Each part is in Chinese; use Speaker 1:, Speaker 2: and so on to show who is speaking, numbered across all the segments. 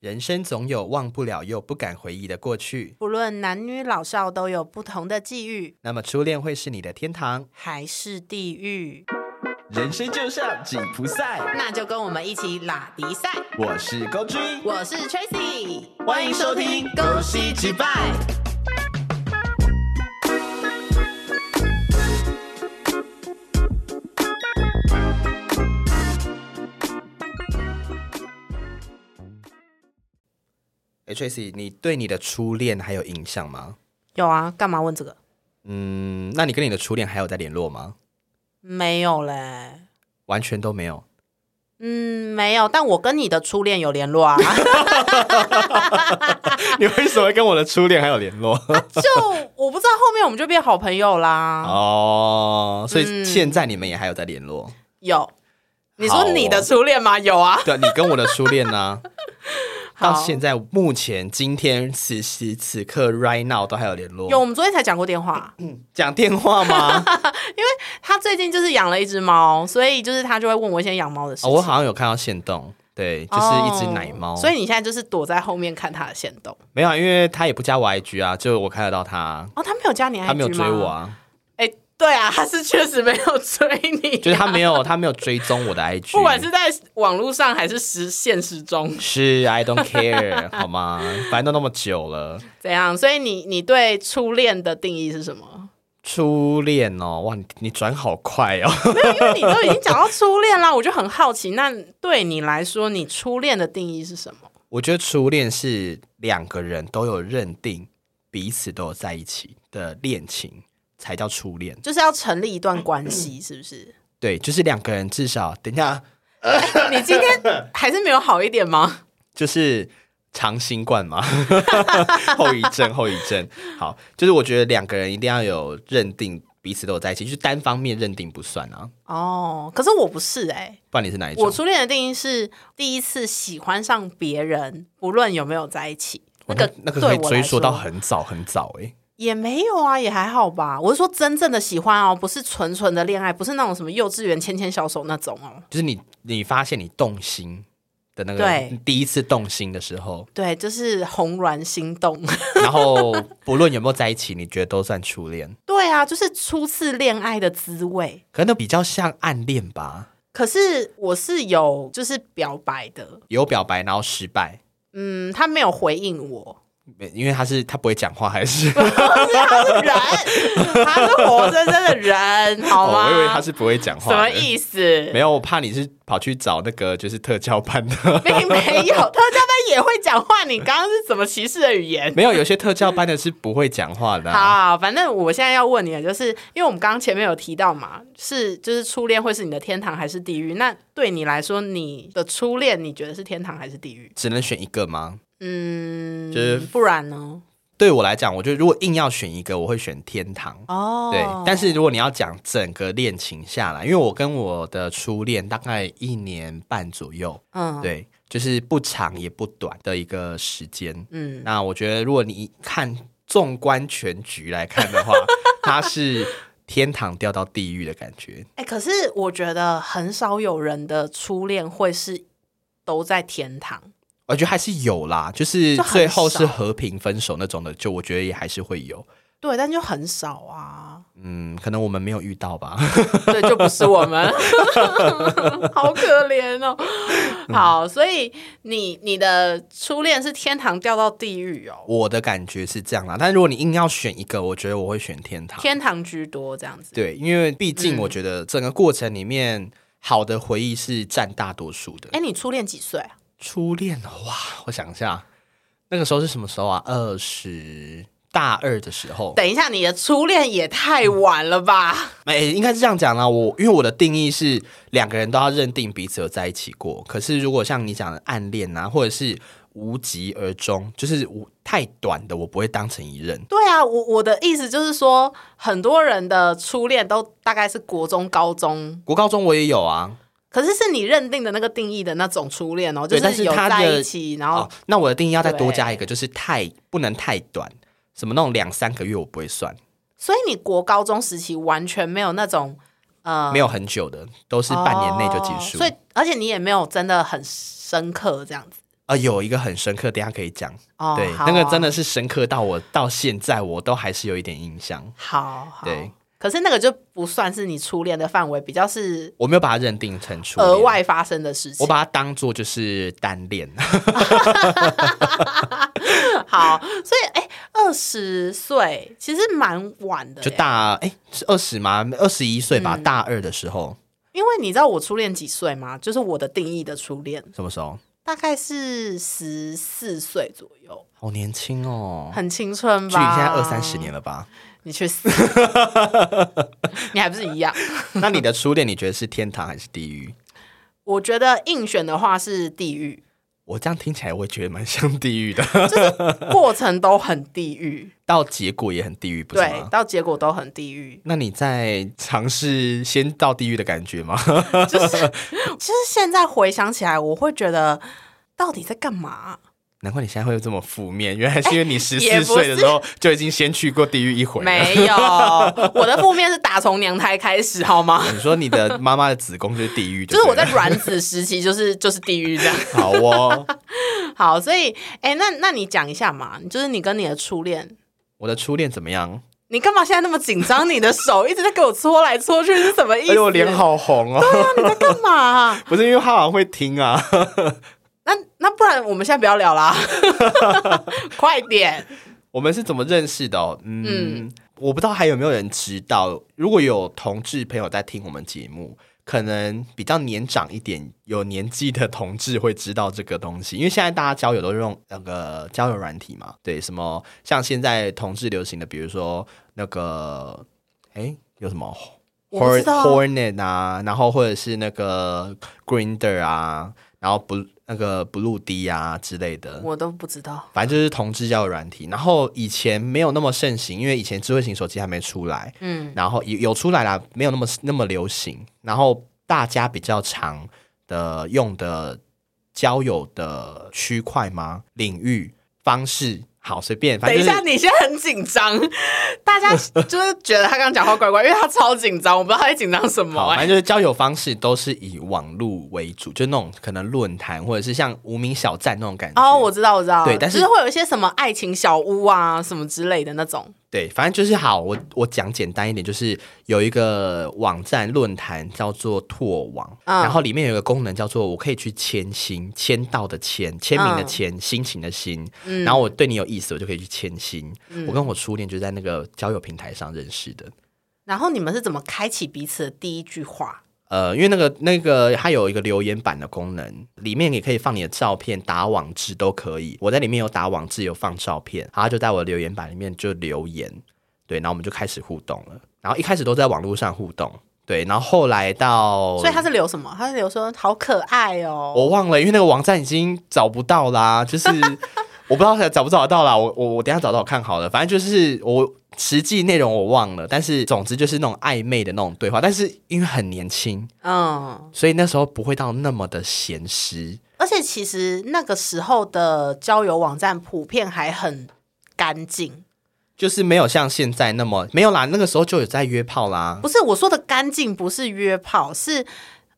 Speaker 1: 人生总有忘不了又不敢回忆的过去，
Speaker 2: 不论男女老少，都有不同的际遇，
Speaker 1: 那么初恋会是你的天堂。
Speaker 2: 还是地狱。
Speaker 3: 人生就像锦湖赛，
Speaker 2: 那就跟我们一起拉迪赛。
Speaker 3: 我是高君，
Speaker 2: 我是 Tracy，
Speaker 3: 欢迎收听《恭喜击败》。
Speaker 1: 哎，Tracy，你对你的初恋还有影响吗？
Speaker 2: 有啊，干嘛问这个？
Speaker 1: 嗯，那你跟你的初恋还有在联络吗？
Speaker 2: 没有嘞，
Speaker 1: 完全都没有。
Speaker 2: 嗯，没有。但我跟你的初恋有联络 啊，
Speaker 1: 你为什么会跟我的初恋还有 联络？
Speaker 2: 就我不知道后面我们就变好朋友
Speaker 1: 啊
Speaker 2: 啦。
Speaker 1: 哦，所以
Speaker 2: 嗯
Speaker 1: 现在你们也还有在联络？
Speaker 2: 有，你
Speaker 3: 哦
Speaker 2: 说你的初恋吗？有啊。
Speaker 1: 嗯对啊，你跟我的初恋 呢、
Speaker 2: 好
Speaker 1: 到现在目前今天此时此刻 right now 都还有联络？
Speaker 2: 有，我们昨天才讲过电话。
Speaker 1: 讲电话 吗？
Speaker 2: 他最近就是养了一只猫，所以就是他就会问我一些养猫的事
Speaker 1: 哦，
Speaker 2: 情。
Speaker 1: 我好像有看到线动，对，就是一只奶猫。
Speaker 2: 哦所以你现在就是躲在后面看他的行动。
Speaker 1: 没有啊，因为他也不加我 IG 啊，就我看得到他，
Speaker 2: 哦，他没有加你 IG 吗？
Speaker 1: 他没有追我。啊，
Speaker 2: 哎、对啊，他是确实没有追你、
Speaker 1: 就是他没有他没有追踪我的 IG，
Speaker 2: 不管是在网络上还是实现实中，
Speaker 1: 是 I don't care 好吗？反正都那么久了，
Speaker 2: 怎样？所以你你对初恋的定义是什 么？
Speaker 1: 初恋哦，哇，你你转好快哦，
Speaker 2: 没有，因为你都已经讲到初恋啦，我就很好奇，那对你来说，你初恋的定义是什么？
Speaker 1: 我觉得初恋是两个人都有认定彼此都有在一起的恋情才叫初恋，
Speaker 2: 就是要成立一段关系，是不是？
Speaker 1: 对，就是两个人至少等一下
Speaker 2: 你今天还是没有好一点吗？
Speaker 1: 就是长新冠 嘛，后遗症，后遗症。好，就是我觉得两个人一定要有认定彼此都有在一起，就是单方面认定不算啊。
Speaker 2: 哦，可是我不是哎、
Speaker 1: 不然你是哪一种
Speaker 2: 我？初恋的定义是第一次喜欢上别人，不论有没有在一起。
Speaker 1: 哇
Speaker 2: 个
Speaker 1: 那个
Speaker 2: 对
Speaker 1: 可以
Speaker 2: 我
Speaker 1: 追
Speaker 2: 来
Speaker 1: 溯
Speaker 2: 说
Speaker 1: 到很早很早哎、
Speaker 2: 也没有啊，也还好吧。我是说真正的喜欢哦，不是纯纯的恋爱，不是那种什么幼稚园牵牵小手那种哦。
Speaker 1: 就是你你发现你动心的那个
Speaker 2: 对，
Speaker 1: 你第一次动心的时候
Speaker 2: 对，就是红鸾心动。
Speaker 1: 然后不论有没有在一起，你觉得都算初恋，
Speaker 2: 对啊，就是初次恋爱的滋味。
Speaker 1: 可能比较像暗恋吧。
Speaker 2: 可是我是有就是表白的，
Speaker 1: 有表白然后失败，
Speaker 2: 嗯，他没有回应我，
Speaker 1: 没因为他是他不会讲话还是？哦
Speaker 2: 不是他是人，他是活生生的人，好吗？
Speaker 1: 哦我以为他是不会讲话
Speaker 2: 什
Speaker 1: 的。
Speaker 2: 么意思？
Speaker 1: 没有，我怕你是跑去找那个就是特教班的。
Speaker 2: 并没有，特教班也会讲话。你刚刚是怎么歧视的语言？
Speaker 1: 没有，有些特教班的是不会讲话的、啊。
Speaker 2: 好，反正我现在要问你的啊就是，因为我们刚刚前面有提到嘛，是就是初恋会是你的天堂还是地狱？那对你来说，你的初恋你觉得是天堂还是地狱？
Speaker 1: 只能选一个吗？
Speaker 2: 嗯，
Speaker 1: 就是
Speaker 2: 不然呢？
Speaker 1: 对我来讲，我觉得如果硬要选一个，我会选天堂。
Speaker 2: 哦，
Speaker 1: 对，但是如果你要讲整个恋情下来，因为我跟我的初恋大概一年半左右，
Speaker 2: 嗯，
Speaker 1: 对，就是不长也不短的一个时间。
Speaker 2: 嗯，
Speaker 1: 那我觉得，如果你看纵观全局来看 的话，它是天堂掉到地狱的感觉。
Speaker 2: 哎、可是我觉得很少有人的初恋会是都在天堂。
Speaker 1: 我觉得还是有啦，就是
Speaker 2: 就很
Speaker 1: 最后是
Speaker 2: 少
Speaker 1: 和平分手那种的，就我觉得也还是会有。
Speaker 2: 对，但就很少啊，
Speaker 1: 嗯，可能我们没有遇到吧。
Speaker 2: 对，就不是 我们，好可怜哦。
Speaker 1: 嗯
Speaker 2: 好，所以你你的初恋是天堂掉到地狱哦。
Speaker 1: 我的感觉是这样啦，但如果你硬要选一个，我觉得我会选天堂。
Speaker 2: 天堂居多这样子。
Speaker 1: 对，因为毕竟我觉得整个过程里面，好的回忆是占大多数的。
Speaker 2: 哎、你初恋几岁啊？
Speaker 1: 初恋哦哇，我想一下，那个时候是什么时候啊？二十大二的时候。
Speaker 2: 等一下，你的初恋也太
Speaker 1: 嗯
Speaker 2: 晚了吧？
Speaker 1: 哎、应该是这样讲啦。我因为我的定义是两个人都要认定彼此有在一起过。可是如果像你讲的暗恋啊，或者是无疾而终，就是无太短的，我不会当成一任。
Speaker 2: 对啊，我我的意思就是说，很多人的初恋都大概是国中、高中，
Speaker 1: 国高中我也有啊，
Speaker 2: 可是是你认定的那个定义的那种初恋哦，就
Speaker 1: 对但是
Speaker 2: 有
Speaker 1: 他的
Speaker 2: 在一起，然后、
Speaker 1: 哦，那我的定义要再多加一个，就是太不能太短，什么那种两三个月我不会算，
Speaker 2: 所以你国高中时期完全没有那种呃，
Speaker 1: 没有很久的，都是半年内就结
Speaker 2: 哦
Speaker 1: 束。
Speaker 2: 所以而且你也没有真的很深刻这样子。
Speaker 1: 啊，有一个很深刻，等一下可以讲。
Speaker 2: 哦
Speaker 1: 对，
Speaker 2: 好
Speaker 1: 那个
Speaker 2: 啊
Speaker 1: 真的是深刻到我到现在我都还是有一点印象。
Speaker 2: 好好
Speaker 1: 对。
Speaker 2: 可是那个就不算是你初恋的范围，比较是
Speaker 1: 我没有把它认定成初恋
Speaker 2: 额外发生的事情
Speaker 1: 我。把它当做就是单恋，
Speaker 2: 好，所以哎，二十岁其实蛮晚的耶，
Speaker 1: 就大哎、是二十吗？二十一岁吧，
Speaker 2: 嗯
Speaker 1: 大二的时候，
Speaker 2: 因为你知道我初恋几岁吗？就是我的定义的初恋，
Speaker 1: 什么时候？
Speaker 2: 大概是十四岁左右，
Speaker 1: 好年轻哦，
Speaker 2: 很青春
Speaker 1: 距离
Speaker 2: 吧？
Speaker 1: 现在二三十，年了吧？
Speaker 2: 你去死！ 你还不是一样？
Speaker 1: 那你的初恋你觉得是天堂还是地狱？
Speaker 2: 我觉得硬选的话是地狱，
Speaker 1: 我这样听起来，我也觉得蛮像地狱的，
Speaker 2: 过程都很地狱，
Speaker 1: 到结果也很地狱，不是
Speaker 2: 对，
Speaker 1: 吗？
Speaker 2: 到结果都很地狱。
Speaker 1: 那你在尝试先到地狱的感觉吗？
Speaker 2: 其实现在回想起来，我会觉得到底在干嘛？
Speaker 1: 难怪你现在会这么负面，原来是因为你十
Speaker 2: 哎也
Speaker 1: 四
Speaker 2: 不是
Speaker 1: 岁的时候就已经先去过地狱一回了。
Speaker 2: 没有， 我的负面是打从娘胎开始，好吗？
Speaker 1: 你说你的妈妈的子宫就是地狱
Speaker 2: 就
Speaker 1: 对
Speaker 2: 是
Speaker 1: 了，
Speaker 2: 我在卵子时期，就是 就是地狱这样。
Speaker 1: 好哦。
Speaker 2: 好，所以哎、那那你讲一下嘛，就是你跟你的初恋，
Speaker 1: 我的初恋怎么样？
Speaker 2: 你干嘛现在那么紧张？你的手一直在给我搓来搓去，是什么意思？
Speaker 1: 哎呦，我脸好红哦！
Speaker 2: 干嘛啊、
Speaker 1: 不是因为他好像会听啊。
Speaker 2: 那那不然我们现在不要聊啦， 快点！
Speaker 1: 我们是怎么认识的、哦？嗯，我不知道还有没有人知道。如果有同志朋友在听我们节目，可能比较年长一点、有年纪的同志会知道这个东西，因为现在大家交友都是用那个交友软体嘛。对，什么像现在同志流行的，比如说那个，哎，有什么？
Speaker 2: 我不
Speaker 1: Horn
Speaker 2: 知道啊
Speaker 1: Hornet 啊，然后或者是那个 Grinder 啊，然后不那个 Blue D 啊之类的，
Speaker 2: 我都不知道，
Speaker 1: 反正就是同志交友软体。然后以前没有那么盛行，因为以前智慧型手机还没出来，
Speaker 2: 嗯，
Speaker 1: 然后有有出来啦，没有那么那么流行。然后大家比较常的用的交友的区块吗？领域方式，好随便，反
Speaker 2: 等
Speaker 1: 正、
Speaker 2: 一
Speaker 1: 就是、
Speaker 2: 下，你现在很紧张， 大家就是觉得他刚刚讲话怪怪，因为他超紧张，我不知道他在紧张什么、
Speaker 1: 好，
Speaker 2: 哎
Speaker 1: 反正就是交友方式都是以网络为主，就那种可能论坛或者是像无名小站那种感觉。
Speaker 2: 哦，我知道，我知道，
Speaker 1: 对但是
Speaker 2: 就是会有一些什么爱情小屋啊，什么之类的那种。
Speaker 1: 对，反正就是好，我我讲简单一点，就是有一个网站论坛叫做拓网，
Speaker 2: 嗯
Speaker 1: 然后里面有一个功能叫做我可以去签星，签到的签，签名的签，心情的心，然后我对你有意思，我就可以去签星。我跟我初恋就在那个交友平台上认识的。
Speaker 2: 然后你们是怎么开启彼此的第一句话？
Speaker 1: 呃，因为那个那个它有一个留言板的功能，里面也可以放你的照片、打网志都可以。我在里面有打网志，有放照片，然后它就在我的留言板里面就留言，对，然后我们就开始互动了。然后一开始都在网络上互动，对，然后后来到，
Speaker 2: 所以他是留什么？他是留说好可爱哦、
Speaker 1: 我忘了，因为那个网站已经找不到啦，就是我不知道找不找得到啦。我我我等一下找到看好了，反正就是我实际内容我忘了，但是总之就是那种暧昧的那种对话，但是因为很年轻，
Speaker 2: 嗯，
Speaker 1: 所以那时候不会到那么的闲湿。
Speaker 2: 而且其实那个时候的交友网站普遍还很干净，
Speaker 1: 就是没有像现在那么没有啦，那个时候就有在约炮啦，
Speaker 2: 不是我说的干净，不是约炮，是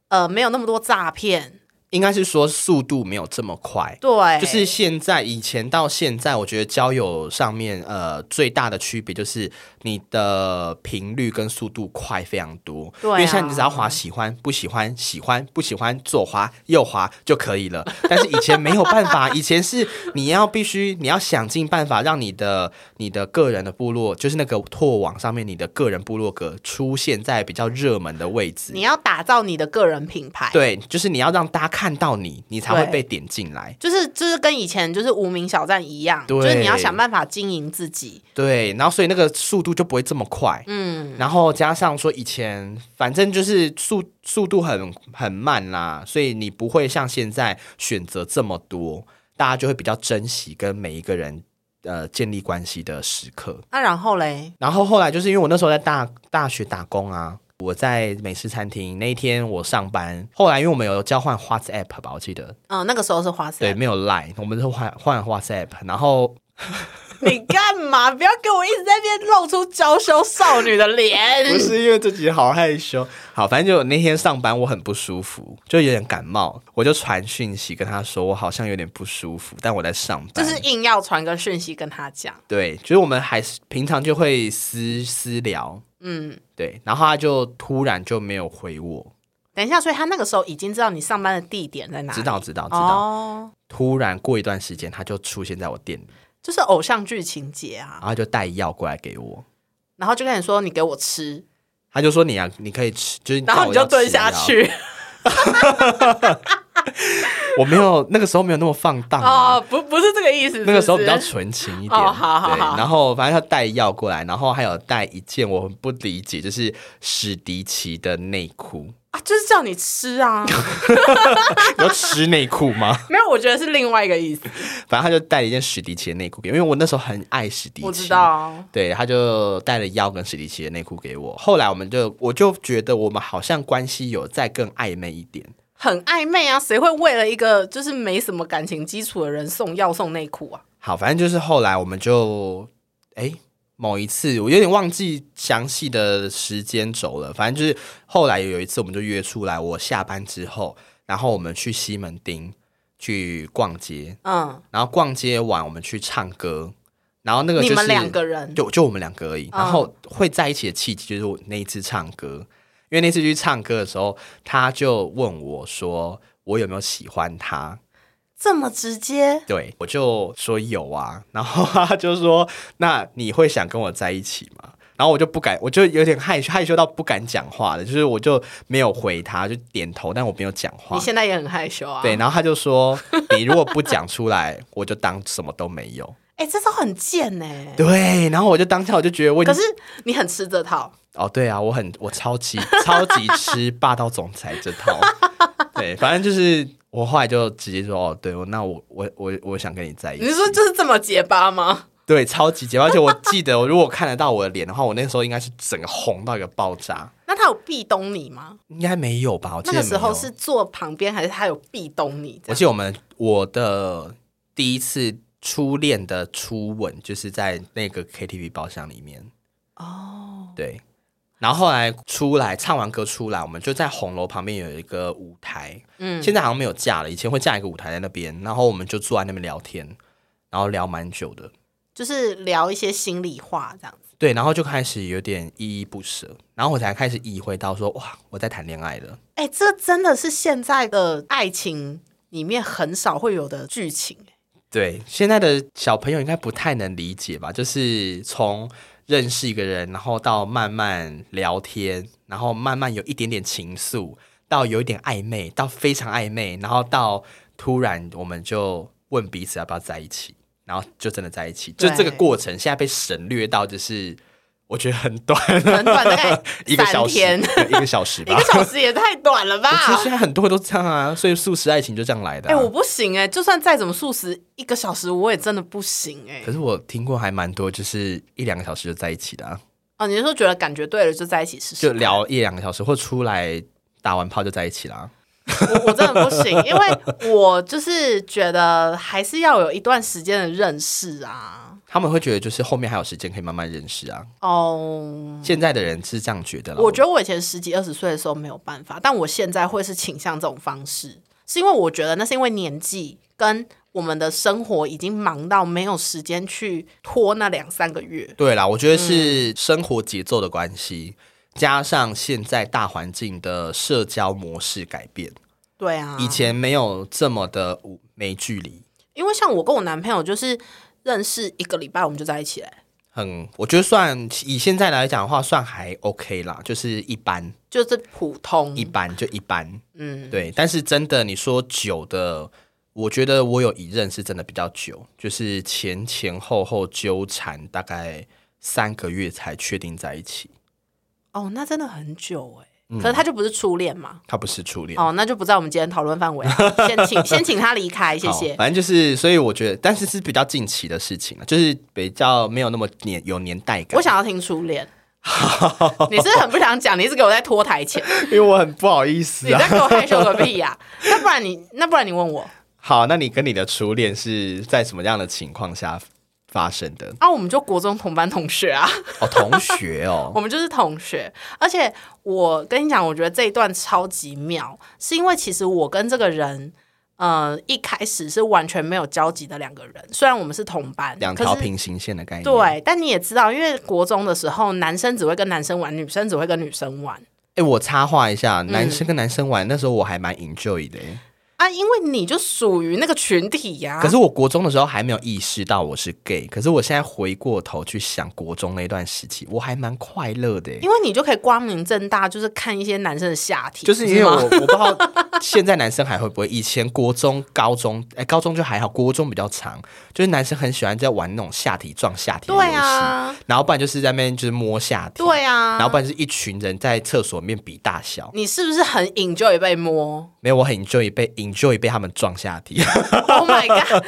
Speaker 2: 呃没有那么多诈骗，
Speaker 1: 应该是说速度没有这么快。
Speaker 2: 对，
Speaker 1: 就是现在，以前到现在，我觉得交友上面，呃，最大的区别就是你的频率跟速度快非常多。
Speaker 2: 对啊
Speaker 1: 因为现在你只要滑喜欢、不喜欢、喜欢、不喜欢，左滑右滑就可以了。 但是以前没有办法，以前是你要必须你要想尽办法让你的你的个人的部落，就是那个拓网上面你的个人部落格出现在比较热门的位置。
Speaker 2: 你要打造你的个人品牌，，
Speaker 1: 对，就是你要让大家看到你，你才会
Speaker 2: 对
Speaker 1: 被点进来。
Speaker 2: 就是就是跟以前就是无名小站一样，
Speaker 1: 对
Speaker 2: 就是你要想办法经营自己，
Speaker 1: 对，然后所以那个速度就不会这么快，
Speaker 2: 嗯，
Speaker 1: 然后加上说以前反正就是速速度很很慢啦，所以你不会像现在选择这么多，大家就会比较珍惜跟每一个人呃建立关系的时刻。
Speaker 2: 那、啊然后嘞，
Speaker 1: 然后后来就是因为我那时候在大大学打工啊，我在美食餐厅那一天我上班，后来因为我们有交换 WhatsApp 吧，我记得
Speaker 2: 嗯，那个时候是花色，
Speaker 1: 对，没有 Line，我们是换换 WhatsApp，然后
Speaker 2: 你干嘛？不要给我一直在那边露出娇羞少女 的
Speaker 1: 不
Speaker 2: 脸。
Speaker 1: 是因为自己好害羞。好，反正就那天上班我很不舒服，就有点感冒，我就传讯息跟他说我好像有点不舒服，但我在上
Speaker 2: 就
Speaker 1: 班。
Speaker 2: 是硬要传个讯息跟他讲，
Speaker 1: 对，就是我们还是平常就会私私聊，
Speaker 2: 嗯，
Speaker 1: 对，然后他就突然就没有回我，
Speaker 2: 等一下，所以他那个时候已经知道你上班的地点在哪里，
Speaker 1: 知道知道知道，
Speaker 2: 哦，
Speaker 1: 突然过一段时间他就出现在我店里，
Speaker 2: 就是偶像剧情节啊
Speaker 1: 然，后就带药过来给我，
Speaker 2: 然后就跟你说你给我吃，
Speaker 1: 他就说你啊，你可以吃，就是
Speaker 2: 然后你就蹲下，去，
Speaker 1: 我没有那个时候没有那么放荡啊
Speaker 2: 哦，不不是这个意思，
Speaker 1: 那个时候比较
Speaker 2: 是不是
Speaker 1: 纯情一点，
Speaker 2: 哦好好
Speaker 1: 对
Speaker 2: 好
Speaker 1: 然后反正他带药过来，然后还有带一件我很不理解，就是史迪奇的内 裤。
Speaker 2: 啊，就是叫你 吃啊，
Speaker 1: 有吃内裤吗？
Speaker 2: 没有，我觉得是另外一个意思，
Speaker 1: 反正他就带了一件史迪奇的内裤给我，因为我那时候很爱史迪奇。
Speaker 2: 我知。道，
Speaker 1: 对，他就带了药跟史迪奇的内裤给我。后来我们就，我就觉得我们好像关系有再更暧昧一点。
Speaker 2: 很暧昧啊，谁会为了一个就是没什么感情基础的人送药送内裤啊？
Speaker 1: 好，反正就是后来我们就，哎，某一次我有点忘记详细的时间轴了，反正就是后来有一次我们就约出来，我下班之后，然后我们去西门町去逛街，
Speaker 2: 嗯，
Speaker 1: 然后逛街完我们去唱歌，然后那个就是
Speaker 2: 你们两个嗯人
Speaker 1: 就就我们两个而已，然后会在一起的契机就是我那一次唱歌，因为那次去唱歌的时候，他就问我说我有没有喜欢他，
Speaker 2: 这么直接，
Speaker 1: 对，我就说有啊，然后他就说：“那你会想跟我在一起吗？”然后我就不敢，我就有点害羞，害羞到不敢讲话了，就是我就没有回他，就点头，但我没有讲话
Speaker 2: 你。现在也很害羞啊？
Speaker 1: 对，，然后他就说：“你如果不讲出 来，我就当什么都没有。
Speaker 2: 哎、这招很贱呢、”
Speaker 1: 对，然后我就当下我就觉得我已
Speaker 2: 可
Speaker 1: 经
Speaker 2: 是你很吃这套，
Speaker 1: 哦，对啊，我很我超级超级吃霸道总裁这 套。对，反正就是我后来就直接说：“哦，对，我那我我我我想跟你在一起。”
Speaker 2: 你是说就是这么结巴吗？
Speaker 1: 对，超级结巴，而且我记得，如果看得到我的脸的话，我那时候应该是整个红到一个爆炸，
Speaker 2: 那他有壁咚你吗？
Speaker 1: 应该没有吧？我记
Speaker 2: 那
Speaker 1: 得
Speaker 2: 个时候
Speaker 1: 没有
Speaker 2: 是，坐旁边还是他有壁咚你这
Speaker 1: 我
Speaker 2: 样？
Speaker 1: 记得我们我的第一次初恋的初吻，就是在那个 KTV 包厢里面，
Speaker 2: 哦，
Speaker 1: 对。然后后来出来唱完歌出来，我们就在红楼旁边有一个舞台，
Speaker 2: 嗯，
Speaker 1: 现在好像没有架了，以前会架一个舞台在那边，然后我们就坐在那边聊天，然后聊蛮久的，
Speaker 2: 就是聊一些心里话这样子。
Speaker 1: 对，然后就开始有点依依不舍，然后我才开始意会到说，哇，我在谈恋爱了。
Speaker 2: 哎、这真的是现在的爱情里面很少会有的剧情、
Speaker 1: 对，现在的小朋友应该不太能理解吧？就是从认识一个人，然后到慢慢聊天，然后慢慢有一点点情愫，到有一点暧昧，到非常暧昧，然后到突然我们就问彼此要不要在一起，然后就真的在一起。就这个
Speaker 2: 对
Speaker 1: 过程现在被省略到，就是我觉得很短，
Speaker 2: 很短，大概
Speaker 1: 一个
Speaker 2: 哎三
Speaker 1: 小时，
Speaker 2: 天，
Speaker 1: 对一个小时吧，
Speaker 2: 一个小时也太短了吧？
Speaker 1: 其实现在很多都这样啊，所以素食爱情就这样来的、
Speaker 2: 哎、
Speaker 1: 啊。
Speaker 2: 我不行哎、就算再怎么素食，一个小时我也真的不行哎、
Speaker 1: 可是我听过还蛮多，就是一两个小时就在一起的、啊，
Speaker 2: 哦，你是说觉得感觉对了就在一起试试？
Speaker 1: 就。聊一两个小时，或出来打完炮就在一起啊啦。
Speaker 2: 我我真的不行， 因为我就是觉得还是要有一段时间的认识啊。
Speaker 1: 他们会觉得就是后面还有时间可以慢慢认识啊。
Speaker 2: 哦、
Speaker 1: 现在的人是这样觉得啦。
Speaker 2: 嗯我觉得我以前十几二十岁的时候没有办法，但我现在会是倾向这种方式，是因为我觉得那是因为年纪跟我们的生活已经忙到没有时间去拖那两三个月。
Speaker 1: 对啦，我觉得
Speaker 2: 嗯
Speaker 1: 是生活节奏的关系，加上现在大环境的社交模式改变，
Speaker 2: 对啊，
Speaker 1: 以前没有这么的无没距离。
Speaker 2: 因为像我跟我男朋友就是认识一个礼拜我们就在一起了，
Speaker 1: 很，我觉得算以现在来讲的话，算还 OK 啦，就是一般，
Speaker 2: 就是普通
Speaker 1: 一般就一般。
Speaker 2: 嗯，
Speaker 1: 对，但是真的你说久的，我觉得我有一任是真的比较久，就是前前后后纠缠大概三个月才确定在一起。
Speaker 2: 哦，那真的很久哎、可是他就不是初恋嘛，
Speaker 1: 他不是初恋，
Speaker 2: 哦，那就不在我们今天讨论范围啊。先请先请他离开，谢
Speaker 1: 好
Speaker 2: 谢。
Speaker 1: 反正就是，所以我觉得，但是是比较近期的事情了，就是比较没有那么年有年代感。
Speaker 2: 我想要听初恋，你是不是很不想讲，你一直给我在拖台前，
Speaker 1: 因为我很不好意思
Speaker 2: 你
Speaker 1: 啊。
Speaker 2: 在给我害羞个屁呀、那不然你那不然你问我，
Speaker 1: 好，那你跟你的初恋是在什么样的情况下发生的？
Speaker 2: 啊，我们就国中同班同学啊，
Speaker 1: 哦，同学哦，
Speaker 2: 我们就是同学。而且我跟你讲，我觉得这一段超级妙，是因为其实我跟这个人，呃，一开始是完全没有交集的两个人，虽然我们是同班，
Speaker 1: 两
Speaker 2: 可
Speaker 1: 条
Speaker 2: 是
Speaker 1: 平行线的概念。，
Speaker 2: 对，但你也知道，因为国中的时候，男生只会跟男生玩，女生只会跟女生玩
Speaker 1: 哎，我插话一
Speaker 2: 嗯
Speaker 1: 下，男生跟男生玩，那时候我还蛮 enjoy 的耶。欸
Speaker 2: 啊，因为你就属于那个群体呀、
Speaker 1: 可是我国中的时候还没有意识到我是 gay，可是我现在回过头去想国中那段时期，我还蛮快乐的耶。欸
Speaker 2: 因为你就可以光明正大，就是看一些男生的下体，
Speaker 1: 就是因
Speaker 2: 是
Speaker 1: 为
Speaker 2: 吗
Speaker 1: 我我不知道现在男生还会不会，以前国中、高中，哎、高中就还好，国中比较长，就是男生很喜欢在玩那种下体撞下体的游戏，
Speaker 2: 对啊
Speaker 1: 然后不然就是在那边就是摸下体，
Speaker 2: 对啊，
Speaker 1: 然后不然就是一群人在厕所里面比大小，
Speaker 2: 你是不是很 enjoy 被摸
Speaker 1: 没有，我很 enjoy 被 enjoy 被他们撞下体，
Speaker 2: ？Oh my god！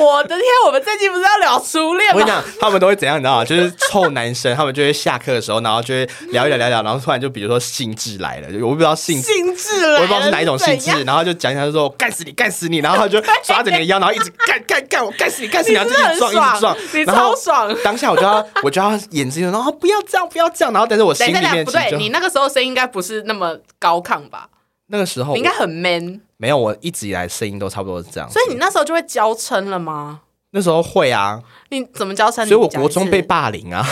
Speaker 2: 我的天，我们这期不是要聊初 恋
Speaker 1: 我跟你
Speaker 2: 吗？
Speaker 1: 讲， 他们都会怎样，你知道吗？就是臭男生，他们就会下课的时候，然后就会聊一聊聊一聊，然后突然就比如说兴致来了，我不知道兴 致。
Speaker 2: 性质
Speaker 1: 我
Speaker 2: 了，
Speaker 1: 也不知道是哪一种性质
Speaker 2: 怎样，
Speaker 1: 然后就讲一下，就说干死你，干死你，然后他就抓着你的腰，然后一直干干干我，干死你，干死你，然后就一直撞，一直撞，
Speaker 2: 你
Speaker 1: 然后
Speaker 2: 超爽。
Speaker 1: 当下我就要，我就要眼睛，然后不要这样，不要这样，然后但是我心
Speaker 2: 等
Speaker 1: 里
Speaker 2: 一下，等一下
Speaker 1: 面
Speaker 2: 不
Speaker 1: 其实
Speaker 2: 对，
Speaker 1: 就
Speaker 2: 你那个时候声音应该不是那么高亢吧？
Speaker 1: 那个时候
Speaker 2: 你应该很 man，
Speaker 1: 没有，我一直以来声音都差不多是这样，
Speaker 2: 所以你那时候就会娇嗔了吗？
Speaker 1: 那时候会啊，
Speaker 2: 你怎么娇
Speaker 1: 所
Speaker 2: 嗔？
Speaker 1: 以我
Speaker 2: 你讲一
Speaker 1: 国中
Speaker 2: 次
Speaker 1: 被霸凌 啊，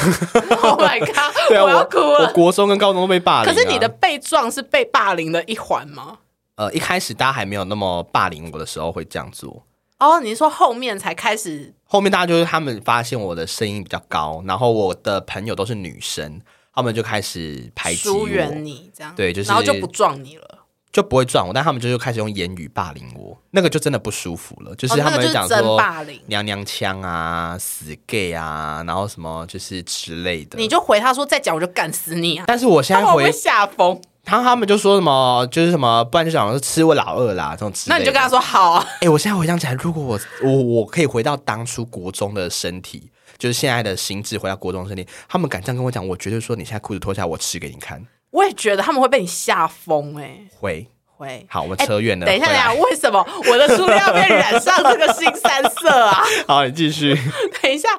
Speaker 2: ，Oh my god！
Speaker 1: 对啊，
Speaker 2: 我要
Speaker 1: 我
Speaker 2: 哭
Speaker 1: 我
Speaker 2: 了。
Speaker 1: 国中跟高中都被霸凌
Speaker 2: 可
Speaker 1: 啊，
Speaker 2: 是你的被撞是被霸凌的一环吗？
Speaker 1: 呃，一开始大家还没有那么霸凌我的时候会这样做，
Speaker 2: 哦，你是说后面才开始
Speaker 1: 后面大家就是他们发现我的声音比较高，然后我的朋友都是女生，他们就开始排挤
Speaker 2: 疏
Speaker 1: 我，
Speaker 2: 远你这样，
Speaker 1: 对就是
Speaker 2: 然后就不撞你了。
Speaker 1: 就不会撞我，但他们就是开始用言语霸凌我，那个就真的不舒服了，就是他
Speaker 2: 哦、那
Speaker 1: 们
Speaker 2: 个
Speaker 1: 会
Speaker 2: 就是
Speaker 1: 讲
Speaker 2: 真
Speaker 1: 说、
Speaker 2: 霸凌，
Speaker 1: 娘娘腔啊、死 gay 啊，然后什么就是之类的
Speaker 2: 你。就回他说再讲我就干死你啊！
Speaker 1: 但是我现
Speaker 2: 他
Speaker 1: 在
Speaker 2: 会不会
Speaker 1: 回
Speaker 2: 吓疯？
Speaker 1: 他，他们就说什么，就是什么，不然就想说吃我老二啦这种之类
Speaker 2: 那
Speaker 1: 的。
Speaker 2: 你就跟他说好啊，
Speaker 1: 哎、我现在回想起来，如果我我我可以回到当初国中的身体，就是现在的心智，回到国中的身体，他们敢这样跟我讲，我绝对说你现在裤子脱下来，我吃给你看。
Speaker 2: 我也觉得他们会被你吓疯哎，
Speaker 1: 会，
Speaker 2: 会。
Speaker 1: 好，我们
Speaker 2: 哎
Speaker 1: 扯远了。
Speaker 2: 等一下，
Speaker 1: 回
Speaker 2: 等一
Speaker 1: 来
Speaker 2: 下，为什么我的书要被染上这个新三色 啊？
Speaker 1: 好，你继续。你
Speaker 2: 等一下，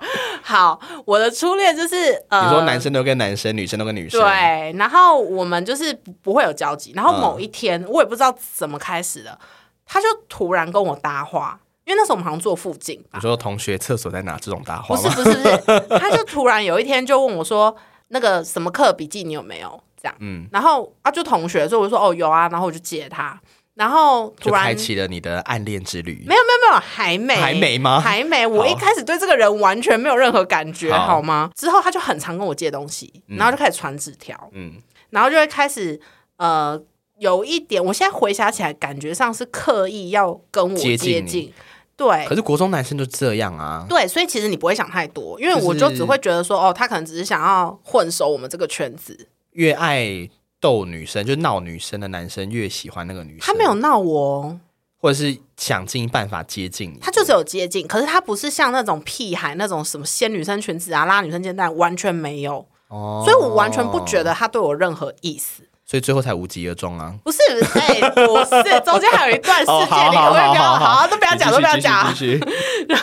Speaker 2: 好，我的初恋就是呃，
Speaker 1: 说男生都跟男生，女生都跟女生，，
Speaker 2: 对，然后我们就是不不会有交集。然后某一天，
Speaker 1: 嗯
Speaker 2: 我也不知道怎么开始的，他就突然跟我搭话，因为那时候我们好像坐附近吧
Speaker 1: 你，说同学厕所在哪这种大话
Speaker 2: 不是
Speaker 1: 吗？
Speaker 2: 不是不是， 他就突然有一天就问我说：“那个什么课笔记你有没有？”这样，
Speaker 1: 嗯
Speaker 2: 然后啊就同学，所以我就说：“哦，有啊。”然后我就借他，然后
Speaker 1: 就
Speaker 2: 突然
Speaker 1: 开启了你的暗恋之旅
Speaker 2: 没。有没有没有，还没
Speaker 1: 还没吗
Speaker 2: 还没，我一开始对这个人完全没有任何感觉，
Speaker 1: 好
Speaker 2: 好吗？之后他就很常跟我借东西，然后就开始传纸条，
Speaker 1: 嗯，
Speaker 2: 然后就会开始呃。有一点，我现在回想起来，感觉上是刻意要跟我
Speaker 1: 接
Speaker 2: 接
Speaker 1: 近你
Speaker 2: 近，对
Speaker 1: 可，是国中男生就这样啊。
Speaker 2: 对，所以其实你不会想太多，因为
Speaker 1: 就是
Speaker 2: 我就只会觉得说，哦，他可能只是想要混熟我们这个圈子，
Speaker 1: 越爱逗女生，就闹女生的男生越喜欢那个女生。
Speaker 2: 他没有，闹我哦，
Speaker 1: 或者是想尽办法接近你。
Speaker 2: 他就只有接近，可是他不是像那种屁孩那种什么掀女生裙子啊、拉女生肩带，完全没有，
Speaker 1: 哦
Speaker 2: 所以我完全不觉得他对我任何意思。
Speaker 1: 所以最后才无疾而终啊。
Speaker 2: 不是，哎、不 是，中间还有一段事件，
Speaker 1: 哦，好
Speaker 2: 你
Speaker 1: 好
Speaker 2: 可不可以
Speaker 1: 好
Speaker 2: 不要？
Speaker 1: 好
Speaker 2: 好，都不要讲，都不要讲。
Speaker 1: 继续。继续继续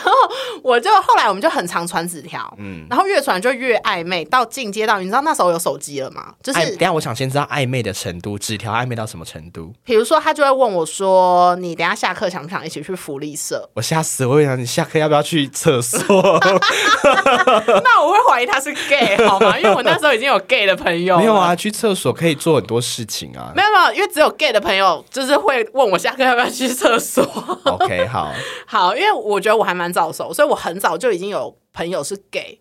Speaker 2: 我就后来我们就很常传纸条，
Speaker 1: 嗯，
Speaker 2: 然后越传就越暧昧，到进阶到你知道那时候有手机了吗？就
Speaker 1: 哎，
Speaker 2: 是
Speaker 1: 等一下我想先知道暧昧的程度，纸条暧昧到什么程度？
Speaker 2: 比如说，他就会问我说：“你等一下下课想不想一起去福利社
Speaker 1: 我吓死我！我想你下课要不要去厕 所？？”
Speaker 2: 那我会怀疑他是 gay 好 吗？因为我那时候已经有 gay 的朋友。
Speaker 1: 没有啊，，去厕所可以做很多事情啊
Speaker 2: 没。有没有，因为只有 gay 的朋友就是会问我下课要不要去厕所。
Speaker 1: OK，好。
Speaker 2: 好，因为我觉得我还蛮早熟，所以我很早就已经有朋友是 gay。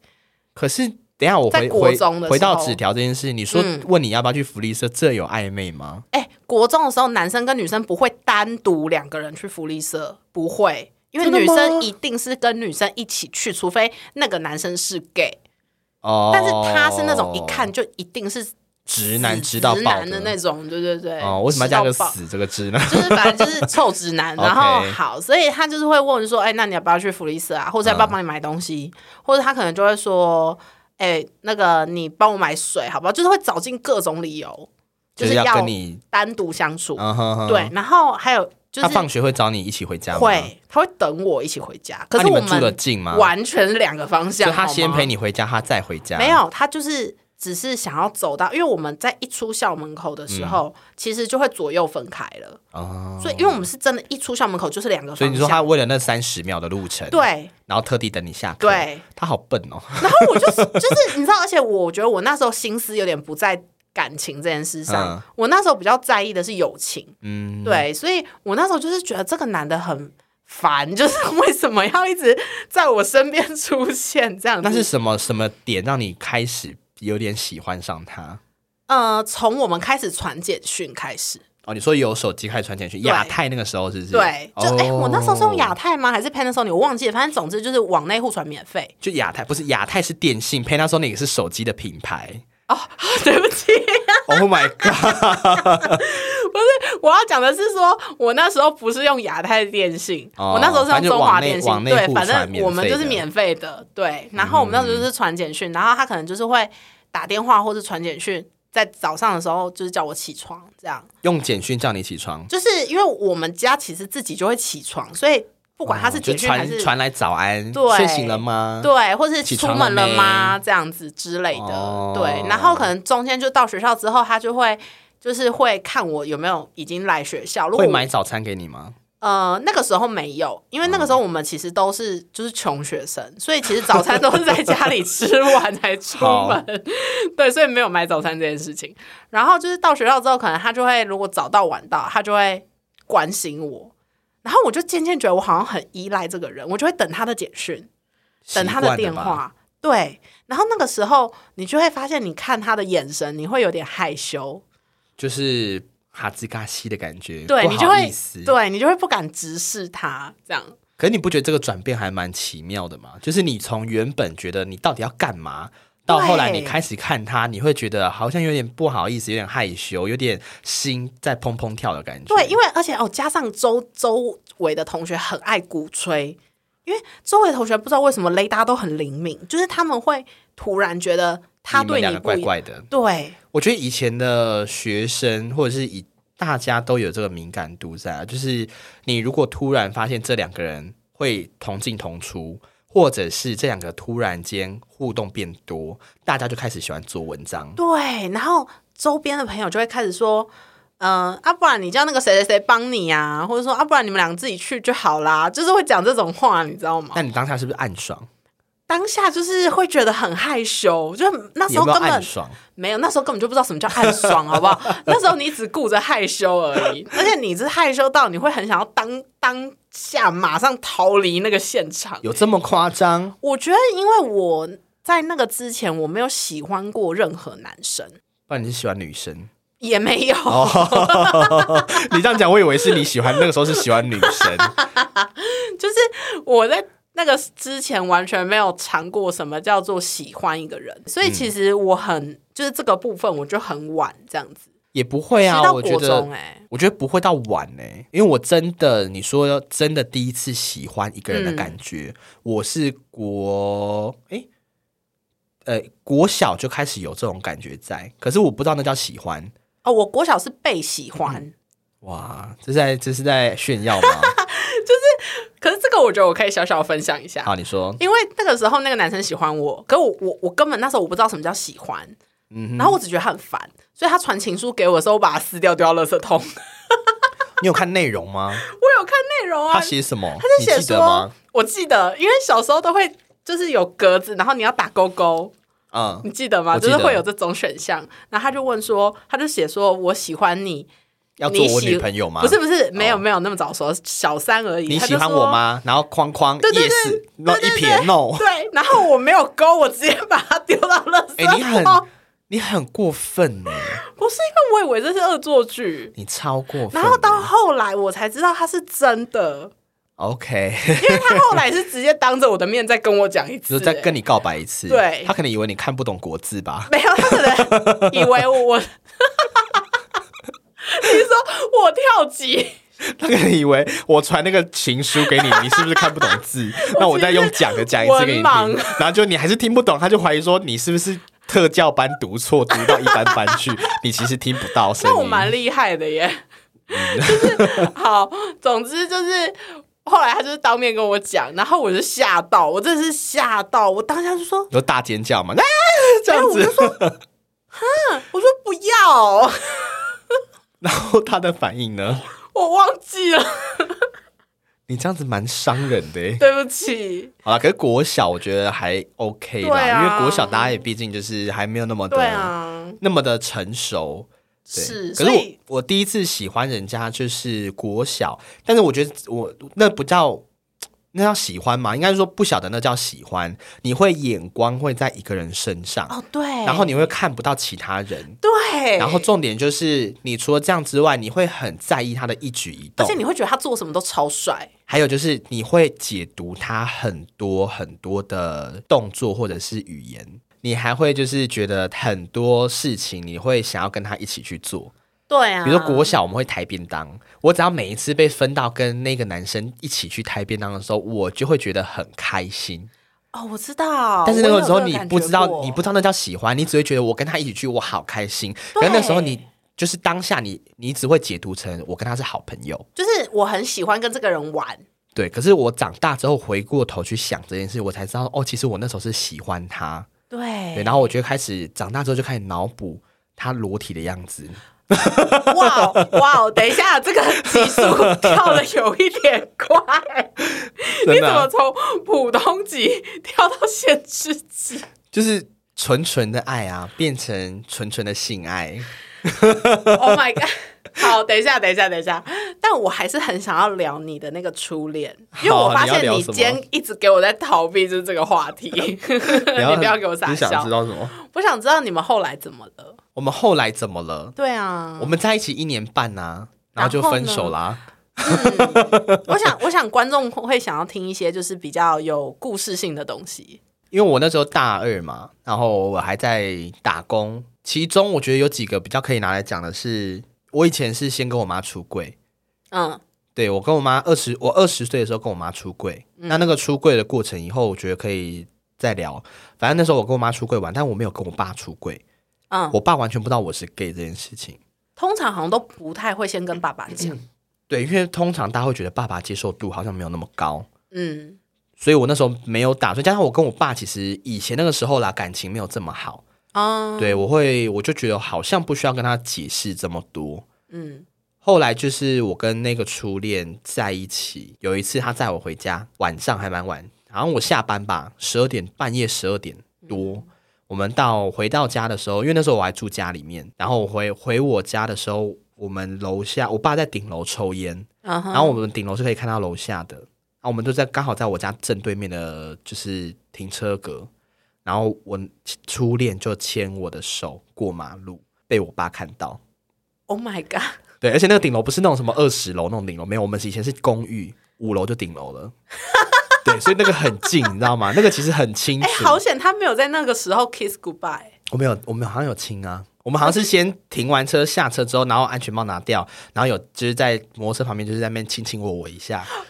Speaker 1: 可是等一下我
Speaker 2: 在
Speaker 1: 回
Speaker 2: 国
Speaker 1: 回
Speaker 2: 中的时候
Speaker 1: 回到纸条这件事，你说
Speaker 2: 嗯
Speaker 1: 问你要不要去福利社，这有暧昧吗？
Speaker 2: 哎、国中的时候，男生跟女生不会单独两个人去福利社，不会，因为
Speaker 1: 真的
Speaker 2: 女
Speaker 1: 吗
Speaker 2: 生一定是跟女生一起去，除非那个男生是 gay。
Speaker 1: 哦，
Speaker 2: 嗯但是他是那种一看就一定是
Speaker 1: 直男
Speaker 2: 死
Speaker 1: 直到
Speaker 2: 直
Speaker 1: 爆
Speaker 2: 男的那种，对对对。
Speaker 1: 哦，为什么要加个
Speaker 2: 直到爆？
Speaker 1: 死 这个字呢？
Speaker 2: 就是反正就是臭直男，然后
Speaker 1: OK
Speaker 2: 好，所以他就是会问说，哎、那你要不要去福利社啊？或者要不要
Speaker 1: 嗯
Speaker 2: 帮你买东西？或者他可能就会说，哎、那个你帮我买水好不好？就是会找尽各种理由，
Speaker 1: 就是是要
Speaker 2: 要
Speaker 1: 跟你，
Speaker 2: 单独相处。
Speaker 1: 嗯哼哼
Speaker 2: 对，然后还有就
Speaker 1: 他
Speaker 2: 是
Speaker 1: 放学会找你一起回家吗？啊
Speaker 2: 会，他会等我一起回家。可是
Speaker 1: 你
Speaker 2: 我
Speaker 1: 们住得近吗
Speaker 2: 完全是两个方
Speaker 1: 就
Speaker 2: 向。
Speaker 1: 他先陪
Speaker 2: 你，
Speaker 1: 你回家，他再回家。
Speaker 2: 没，有，他就是只是想要走到，因为我们在一出校门口的时候，其实就会左右分开了。
Speaker 1: 嗯哦，
Speaker 2: 所以，因为我们是真的，一出校门口就是两个方
Speaker 1: 所
Speaker 2: 向。
Speaker 1: 以你说他为了那三十秒的路程，，
Speaker 2: 对
Speaker 1: 然后特地等你下课，
Speaker 2: 对，嗯
Speaker 1: 他好笨哦。
Speaker 2: 然后我就是 就是你知道，而且我觉得我那时候心思有点不在感情这件事上，
Speaker 1: 嗯
Speaker 2: 我那时候比较在意的是友情。
Speaker 1: 嗯，
Speaker 2: 对，所以我那时候就是觉得这个男的很烦， 就是为什么要一直在我身边出现这样 子？
Speaker 1: 那是什么什么点让你开始有点喜欢上他？
Speaker 2: 呃，从我们开始传简讯开始，
Speaker 1: 哦，你说有手机开始传简讯，
Speaker 2: 对
Speaker 1: 亚太那个时候是不是？
Speaker 2: 对，就哎、诶
Speaker 1: 哦
Speaker 2: 我那时候是用亚，太吗？还是 Panasonic？我忘记了，反正总之就是往内互传免费。
Speaker 1: 就亚太不是亚太是电信，Panasonic 是手机的品牌。
Speaker 2: 哦 对不起，
Speaker 1: Oh my god！
Speaker 2: 我要讲的是说，我那时候不是用亚太电信，
Speaker 1: 哦
Speaker 2: 我那时候是用中华电信
Speaker 1: 反，正就往内
Speaker 2: 对，
Speaker 1: 往内
Speaker 2: 反
Speaker 1: 互传免费
Speaker 2: 正
Speaker 1: 的
Speaker 2: 我们就是免费的，对。然后我们那时候就是传简讯，然后他可能就是会打电话或是传简讯，在早上的时候就是叫我起床这样。
Speaker 1: 用简讯叫你起床，
Speaker 2: 就是因为我们家其实自己就会起床，所以不管他是
Speaker 1: 哦就
Speaker 2: 简讯还
Speaker 1: 传
Speaker 2: 是、
Speaker 1: 传来早安，
Speaker 2: 对
Speaker 1: 睡醒了吗？
Speaker 2: 对，或是
Speaker 1: 嗯起
Speaker 2: 出
Speaker 1: 床
Speaker 2: 门
Speaker 1: 了
Speaker 2: 了
Speaker 1: 没
Speaker 2: 吗这样子之类的，
Speaker 1: 哦
Speaker 2: 对。然后可能中间就到学校之后，他就会就是会看我有没有已经来学校，如果
Speaker 1: 会
Speaker 2: 我
Speaker 1: 买早餐给你吗？
Speaker 2: 呃那个时候没有，因为那个时候我们其实都是就是穷学生，所以其实早餐都是在家里吃完才出门， 对，所以没有买早餐这件事情。然后就是到学校之后，可能他就会如果早到晚到，他就会关心我。然后我就渐渐觉得我好像很依赖这个人，我就会等他的简讯，等他的
Speaker 1: 习
Speaker 2: 电
Speaker 1: 惯了吧，
Speaker 2: 话。对，然后那个时候你就会发现，你看他的眼神，你会有点害羞，
Speaker 1: 就是哈兹嘎西的感觉，
Speaker 2: 对
Speaker 1: 不
Speaker 2: 你就
Speaker 1: 好
Speaker 2: 会
Speaker 1: 意思。，
Speaker 2: 对你就会不敢直视他这样。
Speaker 1: 可是你不觉得这个转变还蛮奇妙的吗？就是你从原本觉得你到底要干嘛，到后来你开始看他，你会觉得好像有点不好意思，有点害羞，有点心在砰砰跳的感觉。
Speaker 2: 对，因为而且哦，加上周周围的同学很爱鼓吹，因为周围的同学不知道为什么雷达都很灵敏，就是他们会突然觉得他
Speaker 1: 你们
Speaker 2: 对
Speaker 1: 两
Speaker 2: 你
Speaker 1: 个
Speaker 2: 不
Speaker 1: 怪
Speaker 2: 一
Speaker 1: 怪的。
Speaker 2: 对
Speaker 1: 我觉得以前的学生或者是以大家都有这个敏感度在啊，就是你如果突然发现这两个人会同进同出，或者是这两个突然间互动变多，大家就开始喜欢做文
Speaker 2: 嗯
Speaker 1: 章。
Speaker 2: 对，然后周边的朋友就会开始说。嗯，啊，不然你叫那个谁谁谁帮你啊，或者说啊，不然你们俩自己去就好啦，就是会讲这种话，你知道吗？
Speaker 1: 那你当下是不是暗爽？
Speaker 2: 当下就是会觉得很害羞，就是那时
Speaker 1: 有
Speaker 2: 候
Speaker 1: 没有
Speaker 2: 根
Speaker 1: 暗
Speaker 2: 本
Speaker 1: 爽？
Speaker 2: 没有，那时候根本就不知道什么叫暗爽，好不好？ 那时候你只顾着害羞而已，而且你是害羞到你会很想要当当下马上逃离那个现场。
Speaker 1: 有这么夸张？
Speaker 2: 我觉得，因为我在那个之前我没有喜欢过任何男生，
Speaker 1: 不然你是喜欢女生？
Speaker 2: 也没有。
Speaker 1: 你这样讲，我以为是你喜欢那个时候是喜欢女 生。
Speaker 2: 就是我在那个之前完全没有尝过什么叫做喜欢一个人，所以
Speaker 1: 嗯
Speaker 2: 其实我很、就是这个部分我就很晚这样子，
Speaker 1: 也不会
Speaker 2: 直
Speaker 1: 啊，
Speaker 2: 到
Speaker 1: 我觉
Speaker 2: 国
Speaker 1: 得
Speaker 2: 中哎、
Speaker 1: 我觉得不会到晚呢、因为我真的，你说真的第一次喜欢一个人的感觉，
Speaker 2: 嗯
Speaker 1: 我是国诶，呃国小就开始有这种感觉在，可是我不知道那叫喜欢。
Speaker 2: 哦，我国小是被喜欢。
Speaker 1: 嗯哇，这是在这是在炫耀吗？
Speaker 2: 可是这个我觉得我可以小小分享一下，
Speaker 1: 好，你说，
Speaker 2: 因为那个时候那个男生喜欢我，可我我我根本那时候我不知道什么叫喜欢，
Speaker 1: 嗯
Speaker 2: 然后我只觉得他很烦，所以他传情书给我的时候，我把它撕掉丢到垃圾桶。
Speaker 1: 你有看内容吗？
Speaker 2: 我有看内容啊，
Speaker 1: 他写什么？
Speaker 2: 他就
Speaker 1: 你
Speaker 2: 写
Speaker 1: 记得吗
Speaker 2: 说？，我记得，因为小时候都会就是有格子，然后你要打勾勾，
Speaker 1: 嗯，
Speaker 2: 你记得吗？
Speaker 1: 我记
Speaker 2: 就
Speaker 1: 得
Speaker 2: 是会有这种选项，然后他就问说，他就写说我喜欢你，
Speaker 1: 要做
Speaker 2: 你
Speaker 1: 我
Speaker 2: 喜
Speaker 1: 女朋友吗？
Speaker 2: 不是，不是，没有、
Speaker 1: 哦
Speaker 2: 没有那么早说，小三而已。
Speaker 1: 你
Speaker 2: 他
Speaker 1: 喜
Speaker 2: 就
Speaker 1: 欢
Speaker 2: 说
Speaker 1: 我？吗？然后框框
Speaker 2: 对对对
Speaker 1: yes no 一撇 no。
Speaker 2: 对，然后我没有勾，我直接把它丢到垃
Speaker 1: 哎、
Speaker 2: 圾桶。
Speaker 1: 你很你很过分呢、
Speaker 2: 不是因为我以为这是恶作剧，
Speaker 1: 你超过分了。
Speaker 2: 然后到后来我才知道他是真的，
Speaker 1: OK，
Speaker 2: 因为他后来是直接当着我的面再跟我讲一次、
Speaker 1: 就再
Speaker 2: 欸
Speaker 1: 跟你告白一次。
Speaker 2: 对
Speaker 1: 他可能以为你看不懂国字吧？
Speaker 2: 没有，他可 能以为我， 你说我跳级，
Speaker 1: 他可能以为我传那个情书给你，你是不是看不懂字？那我再用讲的讲一次给你
Speaker 2: 文盲
Speaker 1: 听，然后就你还是听不懂，他就怀疑说你是不是特教班读错，读到一般班去，你其实听不到声
Speaker 2: 那我
Speaker 1: 音。
Speaker 2: 蛮厉害的耶。
Speaker 1: 嗯
Speaker 2: 好，总之就是后来他就是当面跟我讲，然后我就吓到，我真的是吓到，我当下就说，
Speaker 1: 你说大尖叫嘛，啊，这样
Speaker 2: 哎我就
Speaker 1: 子。
Speaker 2: 我说不要，
Speaker 1: 然后他的反应呢？
Speaker 2: 我忘记了，
Speaker 1: 你这样子蛮伤人的耶。欸
Speaker 2: 对不起。
Speaker 1: 好了，可是国小我觉得还 OK 啦，
Speaker 2: 对啊
Speaker 1: 因为国小大家也毕竟就是还没有那么的、
Speaker 2: 对啊，
Speaker 1: 那么的成熟。对
Speaker 2: 是，
Speaker 1: 可是
Speaker 2: 所以
Speaker 1: 我我第一次喜欢人家就是国小，但是我觉得我那不叫那叫喜欢嘛，应该是说不晓得那叫喜欢。你会眼光会在一个人身上，
Speaker 2: 哦对，
Speaker 1: 然后你会看不到其他人，
Speaker 2: 对，
Speaker 1: 然后重点就是你除了这样之外，你会很在意他的一举一
Speaker 2: 而
Speaker 1: 动
Speaker 2: 且，你会觉得他做什么都超帅，
Speaker 1: 还有就是你会解读他很多很多的动作或者是语言，你还会就是觉得很多事情你会想要跟他一起去做。
Speaker 2: 对啊，
Speaker 1: 比如说国小我们会抬便当，我只要每一次被分到跟那个男生一起去抬便当的时候，我就会觉得很开心。
Speaker 2: 哦，我知道，
Speaker 1: 但是那
Speaker 2: 我
Speaker 1: 个
Speaker 2: 有
Speaker 1: 时候
Speaker 2: 这
Speaker 1: 你
Speaker 2: 感
Speaker 1: 不
Speaker 2: 觉
Speaker 1: 知道
Speaker 2: 过，
Speaker 1: 你不知道那叫喜欢，你只会觉得我跟他一起去，我好开心。可是那时候你就是当下你你只会解读成我跟他是好朋友，
Speaker 2: 就是我很喜欢跟这个人玩，
Speaker 1: 对。可是我长大之后回过头去想这件事，我才知道哦，其实我那时候是喜欢他。
Speaker 2: 对
Speaker 1: 对，然后我就开始长大之后就开始脑补他裸体的样子，
Speaker 2: 哇哦哇哦，等一下，这个级数跳的有一点快，你
Speaker 1: 真
Speaker 2: 怎
Speaker 1: 的
Speaker 2: 么
Speaker 1: 啊
Speaker 2: 从普通级跳到限制级？
Speaker 1: 就是纯纯的爱啊，变成纯纯的性爱。
Speaker 2: Oh my god！好，等一下，等一下，等一下，但我还是很想要聊你的那个初恋，因为我
Speaker 1: 好
Speaker 2: 发
Speaker 1: 你要
Speaker 2: 现
Speaker 1: 聊
Speaker 2: 你
Speaker 1: 什么
Speaker 2: 今天一直给我在逃避就是这个话题，你 不要给我傻
Speaker 1: 你
Speaker 2: 笑
Speaker 1: 想知。道什么？
Speaker 2: 我想知道你们后来怎么了？
Speaker 1: 我们后来怎么了？
Speaker 2: 对啊，
Speaker 1: 我们在一起一年半呐、然后就
Speaker 2: 然后
Speaker 1: 分
Speaker 2: 呢
Speaker 1: 手啦、
Speaker 2: 我想，我想观众会想要听一些就是比较有故事性的东西。
Speaker 1: 因为我那时候大二嘛，然后我还在打工，其中我觉得有几个比较可以拿来讲的是，我以前是先跟我妈出柜，
Speaker 2: 嗯，
Speaker 1: 对我跟我妈二十，我二十岁的时候跟我妈出柜，
Speaker 2: 嗯
Speaker 1: 那那个出柜的过程以后，我觉得可以再聊。反正那时候我跟我妈出柜玩，但我没有跟我爸出柜，
Speaker 2: 嗯，
Speaker 1: 我爸完全不知道我是 gay 这件事情。
Speaker 2: 通常好像都不太会先跟爸爸讲。
Speaker 1: 对，因为通常大家会觉得爸爸接受度好像没有那么高，
Speaker 2: 嗯，
Speaker 1: 所以我那时候没有打算。加上我跟我爸其实以前那个时候啦，感情没有这么好，
Speaker 2: 啊、
Speaker 1: 对，我会我就觉得好像不需要跟他解释这么多。
Speaker 2: 嗯，
Speaker 1: 后来就是我跟那个初恋在一起，有一次他载我回家，晚上还蛮晚，然后我下班吧，十二点半夜十二点多，我们到回到家的时候，因为那时候我还住家里面，然后我回回我家的时候，我们楼下我爸在顶楼抽烟，
Speaker 2: 然后
Speaker 1: 然后我们顶楼是可以看到楼下的，啊，我们都在刚好在我家正对面的，就是停车格。然后我初恋就牵我的手过马路，被我爸看到。
Speaker 2: ，Oh my god，
Speaker 1: 对，而且那个顶楼不是那种什么二十楼那种顶楼，没有，我们以前是公寓，五楼就顶楼 了。对，所以那个很近，你知道吗？那个其实很清
Speaker 2: 哎、
Speaker 1: 楚。
Speaker 2: 好险他没有在那个时候 kiss goodbye。
Speaker 1: 我们有，我们好像有亲啊。我们好像是先停完车下车之后，然后安全帽拿掉，然后有就是在摩托车旁边，就是在那边亲亲我我一下。
Speaker 2: 嗯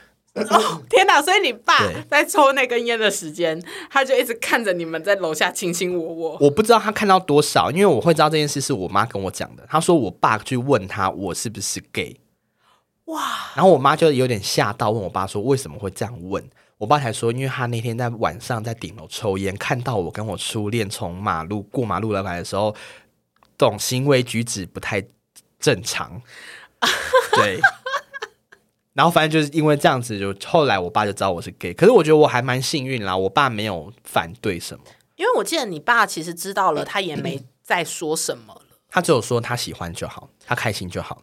Speaker 2: 哦天哪！所以你爸
Speaker 1: 对
Speaker 2: 在抽那根烟的时间，他就一直看着你们在楼下卿卿我我。
Speaker 1: 我不知道他看到多少，因为我会知道这件事是我妈跟我讲的。她说我爸去问他我是不是 gay，
Speaker 2: 哇，
Speaker 1: 然后我妈就有点吓到，问我爸说为什么会这样问。我爸才说，因为他那天在晚上在顶楼抽烟，看到我跟我初恋从马路过马路而来的时候，这种行为举止不太正常。对。然后反正就是因为这样子，就后来我爸就知道我是 gay。可是我觉得我还蛮幸运啦，我爸没有反对什么，
Speaker 2: 因为我记得你爸其实知道了，他也没再说什么了。
Speaker 1: 他只有说他喜欢就好，他开心就好。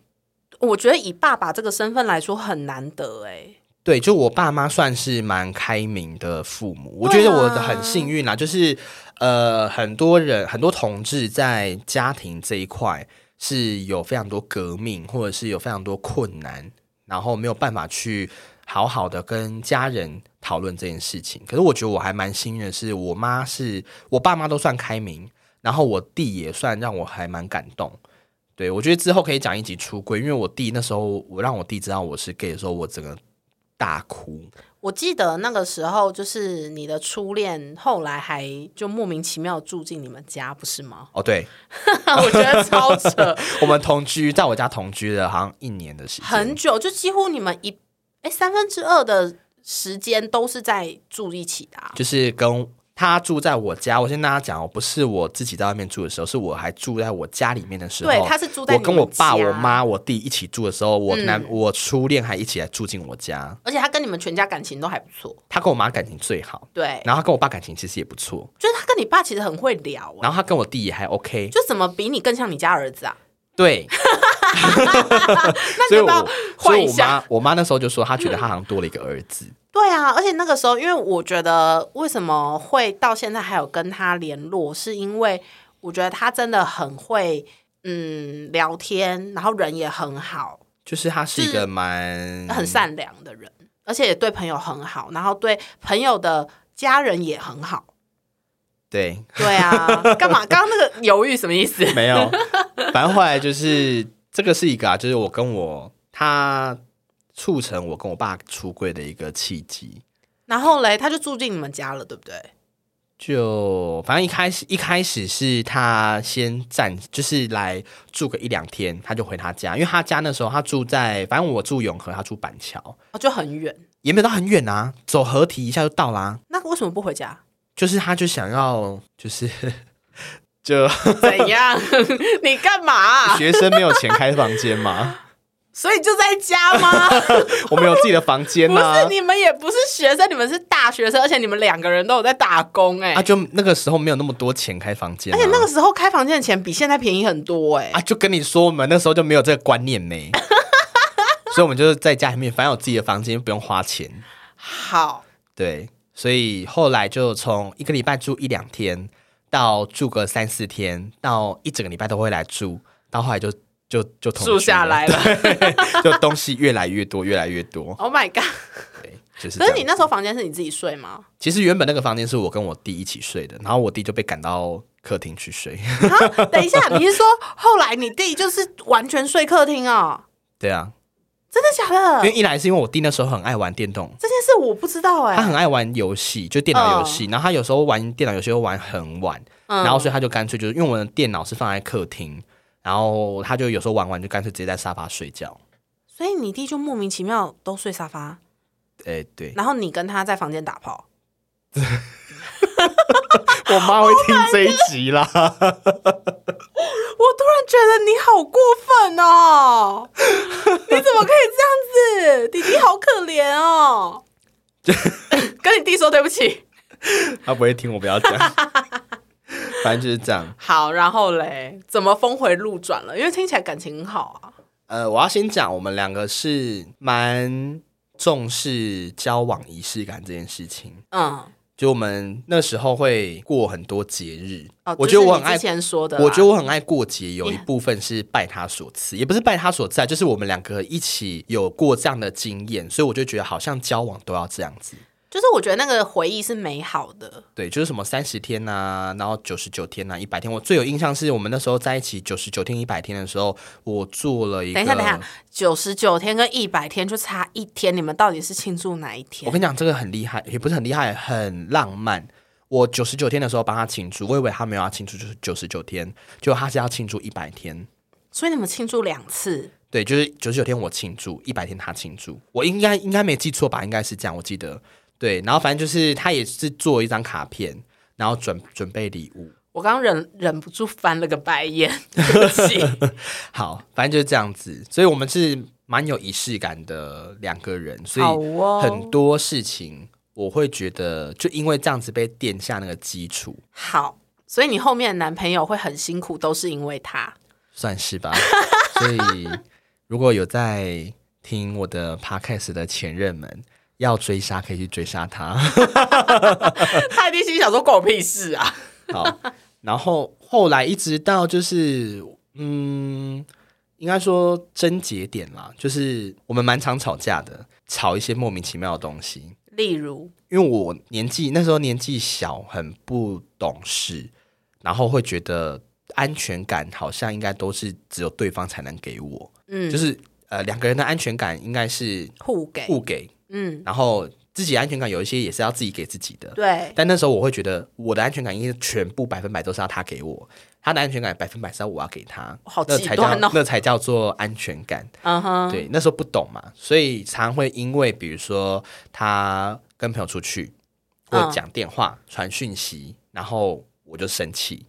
Speaker 2: 我觉得以爸爸这个身份来说很难得哎、
Speaker 1: 对，就我爸妈算是蛮开明的父母，我
Speaker 2: 对
Speaker 1: 觉
Speaker 2: 啊
Speaker 1: 得我很幸运啦。就是呃，很多人很多同志在家庭这一块是有非常多革命，或者是有非常多困难，然后没有办法去好好的跟家人讨论这件事情。可是我觉得我还蛮幸运的是，我妈是我爸妈都算开明，然后我弟也算让我还蛮感动。对，我觉得之后可以讲一集出柜，因为我弟那时候我让我弟知道我是 gay 的时候，我整个大哭。
Speaker 2: 我我记得那个时候，就是你的初恋，后来还就莫名其妙住进你们家，不是 吗？
Speaker 1: 哦，对，
Speaker 2: 我觉得超扯，
Speaker 1: 我们同居，在我家同居了好像一年的时间，
Speaker 2: 很久，就几乎你们一哎三分之二的时间都是在住一起的、啊。
Speaker 1: 就是跟他住在我家。我先跟大家讲哦，不是我自己在外面住的时候，是我还住在我家里面的时候。
Speaker 2: 对他是住在
Speaker 1: 哦我跟我爸、
Speaker 2: 你们
Speaker 1: 我
Speaker 2: 家
Speaker 1: 妈、我弟一起住的时候，我
Speaker 2: 嗯
Speaker 1: 男、我初恋还一起来住进我家。
Speaker 2: 而且他跟你们全家感情都还不错，
Speaker 1: 他跟我妈感情最好，
Speaker 2: 对，
Speaker 1: 然后他跟我爸感情其实也不错，
Speaker 2: 就是他跟你爸其实很会聊、啊，
Speaker 1: 然后他跟我弟也还 OK。
Speaker 2: 就怎么比你更像你家儿子啊？
Speaker 1: 对，所
Speaker 2: 那你
Speaker 1: 以
Speaker 2: 要不要
Speaker 1: 我所
Speaker 2: 换
Speaker 1: 以
Speaker 2: 一
Speaker 1: 我
Speaker 2: 下？
Speaker 1: 妈我妈那时候就说，她觉得她好像多了一个儿子。
Speaker 2: 对啊，而且那个时候，因为我觉得为什么会到现在还有跟他联络，是因为我觉得他真的很会嗯聊天，然后人也很好，
Speaker 1: 就是她是一
Speaker 2: 就是
Speaker 1: 个蛮
Speaker 2: 很善良的人，而且也对朋友很好，然后对朋友的家人也很好。
Speaker 1: 对，
Speaker 2: 对啊，干嘛？刚刚那个犹豫什么意思？
Speaker 1: 没有，反正后来就是这个是一个啊，就是我跟我他促成我跟我爸出柜的一个契机。
Speaker 2: 然后嘞，他就住进你们家了，对不对？
Speaker 1: 就反正一开始一开始是他先暂就是来住个一两天，他就回他家，因为他家那时候他住在，反正我住永和，他住板桥，
Speaker 2: 哦，就很远。
Speaker 1: 也没有到很远啊，走合体一下就到啦、
Speaker 2: 那为什么不回家？
Speaker 1: 就是他就想要就是 就
Speaker 2: 怎样？ 你干嘛啊、
Speaker 1: 学生没有钱开房间嘛，
Speaker 2: 所以就在家 吗？
Speaker 1: 我们有自己的房间啊
Speaker 2: 不
Speaker 1: 呐、
Speaker 2: 是，你们也不是学生，你们是大学生，而且你们两个人都有在打工、哎、
Speaker 1: 啊，就那个时候没有那么多钱开房间、啊，
Speaker 2: 而且那个时候开房间的钱比现在便宜很多、哎、
Speaker 1: 啊，就跟你说，我们那时候就没有这个观念 没，所以我们就是在家里面，反正有自己的房间，不用花钱，
Speaker 2: 好，
Speaker 1: 对，所以后来就从一个礼拜住一两天，到住个三四天，到一整个礼拜都会来住，到后来就就就同居
Speaker 2: 住下
Speaker 1: 了
Speaker 2: 来，了。
Speaker 1: 就东西越来越多，越来越多，
Speaker 2: Oh my god！
Speaker 1: 对，就是这
Speaker 2: 可
Speaker 1: 样。
Speaker 2: 是你那时候房间是你自己睡吗？
Speaker 1: 其实原本那个房间是我跟我弟一起睡的，然后我弟就被赶到客厅去睡，
Speaker 2: 啊，等一下，你是说后来你弟就是完全睡客厅哦？
Speaker 1: 对啊，
Speaker 2: 真的假的
Speaker 1: 因？为一来是因为我弟那时候很爱玩电动，
Speaker 2: 这件事我不知道哎、
Speaker 1: 他很爱玩游戏，就电脑游戏。然后他有时候玩电脑游戏会玩很晚，
Speaker 2: 嗯
Speaker 1: 然后所以他就干脆就是因为我的电脑是放在客厅，然后他就有时候玩完就干脆直接在沙发睡觉。
Speaker 2: 所以你弟就莫名其妙都睡沙发，
Speaker 1: 哎、对，
Speaker 2: 然后你跟他在房间打炮。
Speaker 1: 我妈会听这一集啦。
Speaker 2: 我突然觉得你好过分哦！ 你怎么可以这样子？弟弟好可怜哦。跟你弟说对不起。
Speaker 1: 她不会听，我不要讲。 反正就是这样。
Speaker 2: 好，然后嘞，怎么峰回路转了？因为听起来感情很好啊。
Speaker 1: 呃，我要先讲，我们两个是蛮重视交往仪式感这件事情。
Speaker 2: 嗯，
Speaker 1: 就我们那时候会过很多节日，
Speaker 2: 哦，
Speaker 1: 我
Speaker 2: 这
Speaker 1: 觉得
Speaker 2: 是
Speaker 1: 我
Speaker 2: 你
Speaker 1: 很爱
Speaker 2: 之前说的啦，啊
Speaker 1: 我觉得我很爱过节，有一
Speaker 2: Yeah
Speaker 1: 部分是拜他所赐，也不是拜他所赐啊，就是我们两个一起有过这样的经验，所以我就觉得好像交往都要这样子。
Speaker 2: 就是我觉得那个回忆是美好的。
Speaker 1: 对，就是什么三十天呐、然后九十九天呐、1一百天。啊我最有印象是我们那时候在一起九十九天、一百天的时候，我做了一个。
Speaker 2: 等一下，等一下，九十九天跟一百天就差一天，你们到底是庆祝哪一
Speaker 1: 我
Speaker 2: 天？
Speaker 1: 跟你讲，这个很厉害，也不是很厉害，很浪漫。我九十九天的时候帮他庆祝，我以为他没有要庆祝，就是九十九天，结果他是要庆祝一百天。
Speaker 2: 所以你们庆祝两次，
Speaker 1: 对，就是九十九天我庆祝，一百天他庆祝，我应该应该没记错吧？应该是这样，我记得。对，然后反正就是他也是做一张卡片，然后准准备礼物。
Speaker 2: 我刚刚忍忍不住翻了个白眼， 对不起。
Speaker 1: 好，反正就是这样子，所以我们是蛮有仪式感的两个人， 所
Speaker 2: 好
Speaker 1: 以
Speaker 2: 哦，
Speaker 1: 很多事情我会觉得，就因为这样子被垫下那个基础，
Speaker 2: 好，所以你后面的男朋友会很辛苦，都是因为他。
Speaker 1: 算是吧。所以如果有在听我的 podcast 的前任们，要追杀可以去追杀他。
Speaker 2: 他一定心想说：“关我屁事啊
Speaker 1: 好，然后后来一直到就是，嗯，应该说症结点啦，就是我们蛮常吵架的，吵一些莫名其妙的东西。！”
Speaker 2: 例如，
Speaker 1: 因为我年纪那时候年纪小，很不懂事，然后会觉得安全感好像应该都是只有对方才能给我，
Speaker 2: 嗯，
Speaker 1: 就是呃两个人的安全感应该是
Speaker 2: 互给，
Speaker 1: 互给，
Speaker 2: 嗯，
Speaker 1: 然后自己的安全感有一些也是要自己给自己的。
Speaker 2: 对，
Speaker 1: 但那时候我会觉得我的安全感应该全部百分百都是要他给我，他的安全感百分百是要我要给他，
Speaker 2: 好
Speaker 1: 那
Speaker 2: 极
Speaker 1: 才叫
Speaker 2: 端哦
Speaker 1: 那才叫做安全感。
Speaker 2: 嗯哼，
Speaker 1: 对，那时候不懂嘛，所以常会因为比如说他跟朋友出去，或者
Speaker 2: 嗯
Speaker 1: 讲电话、传讯息，然后我就生气。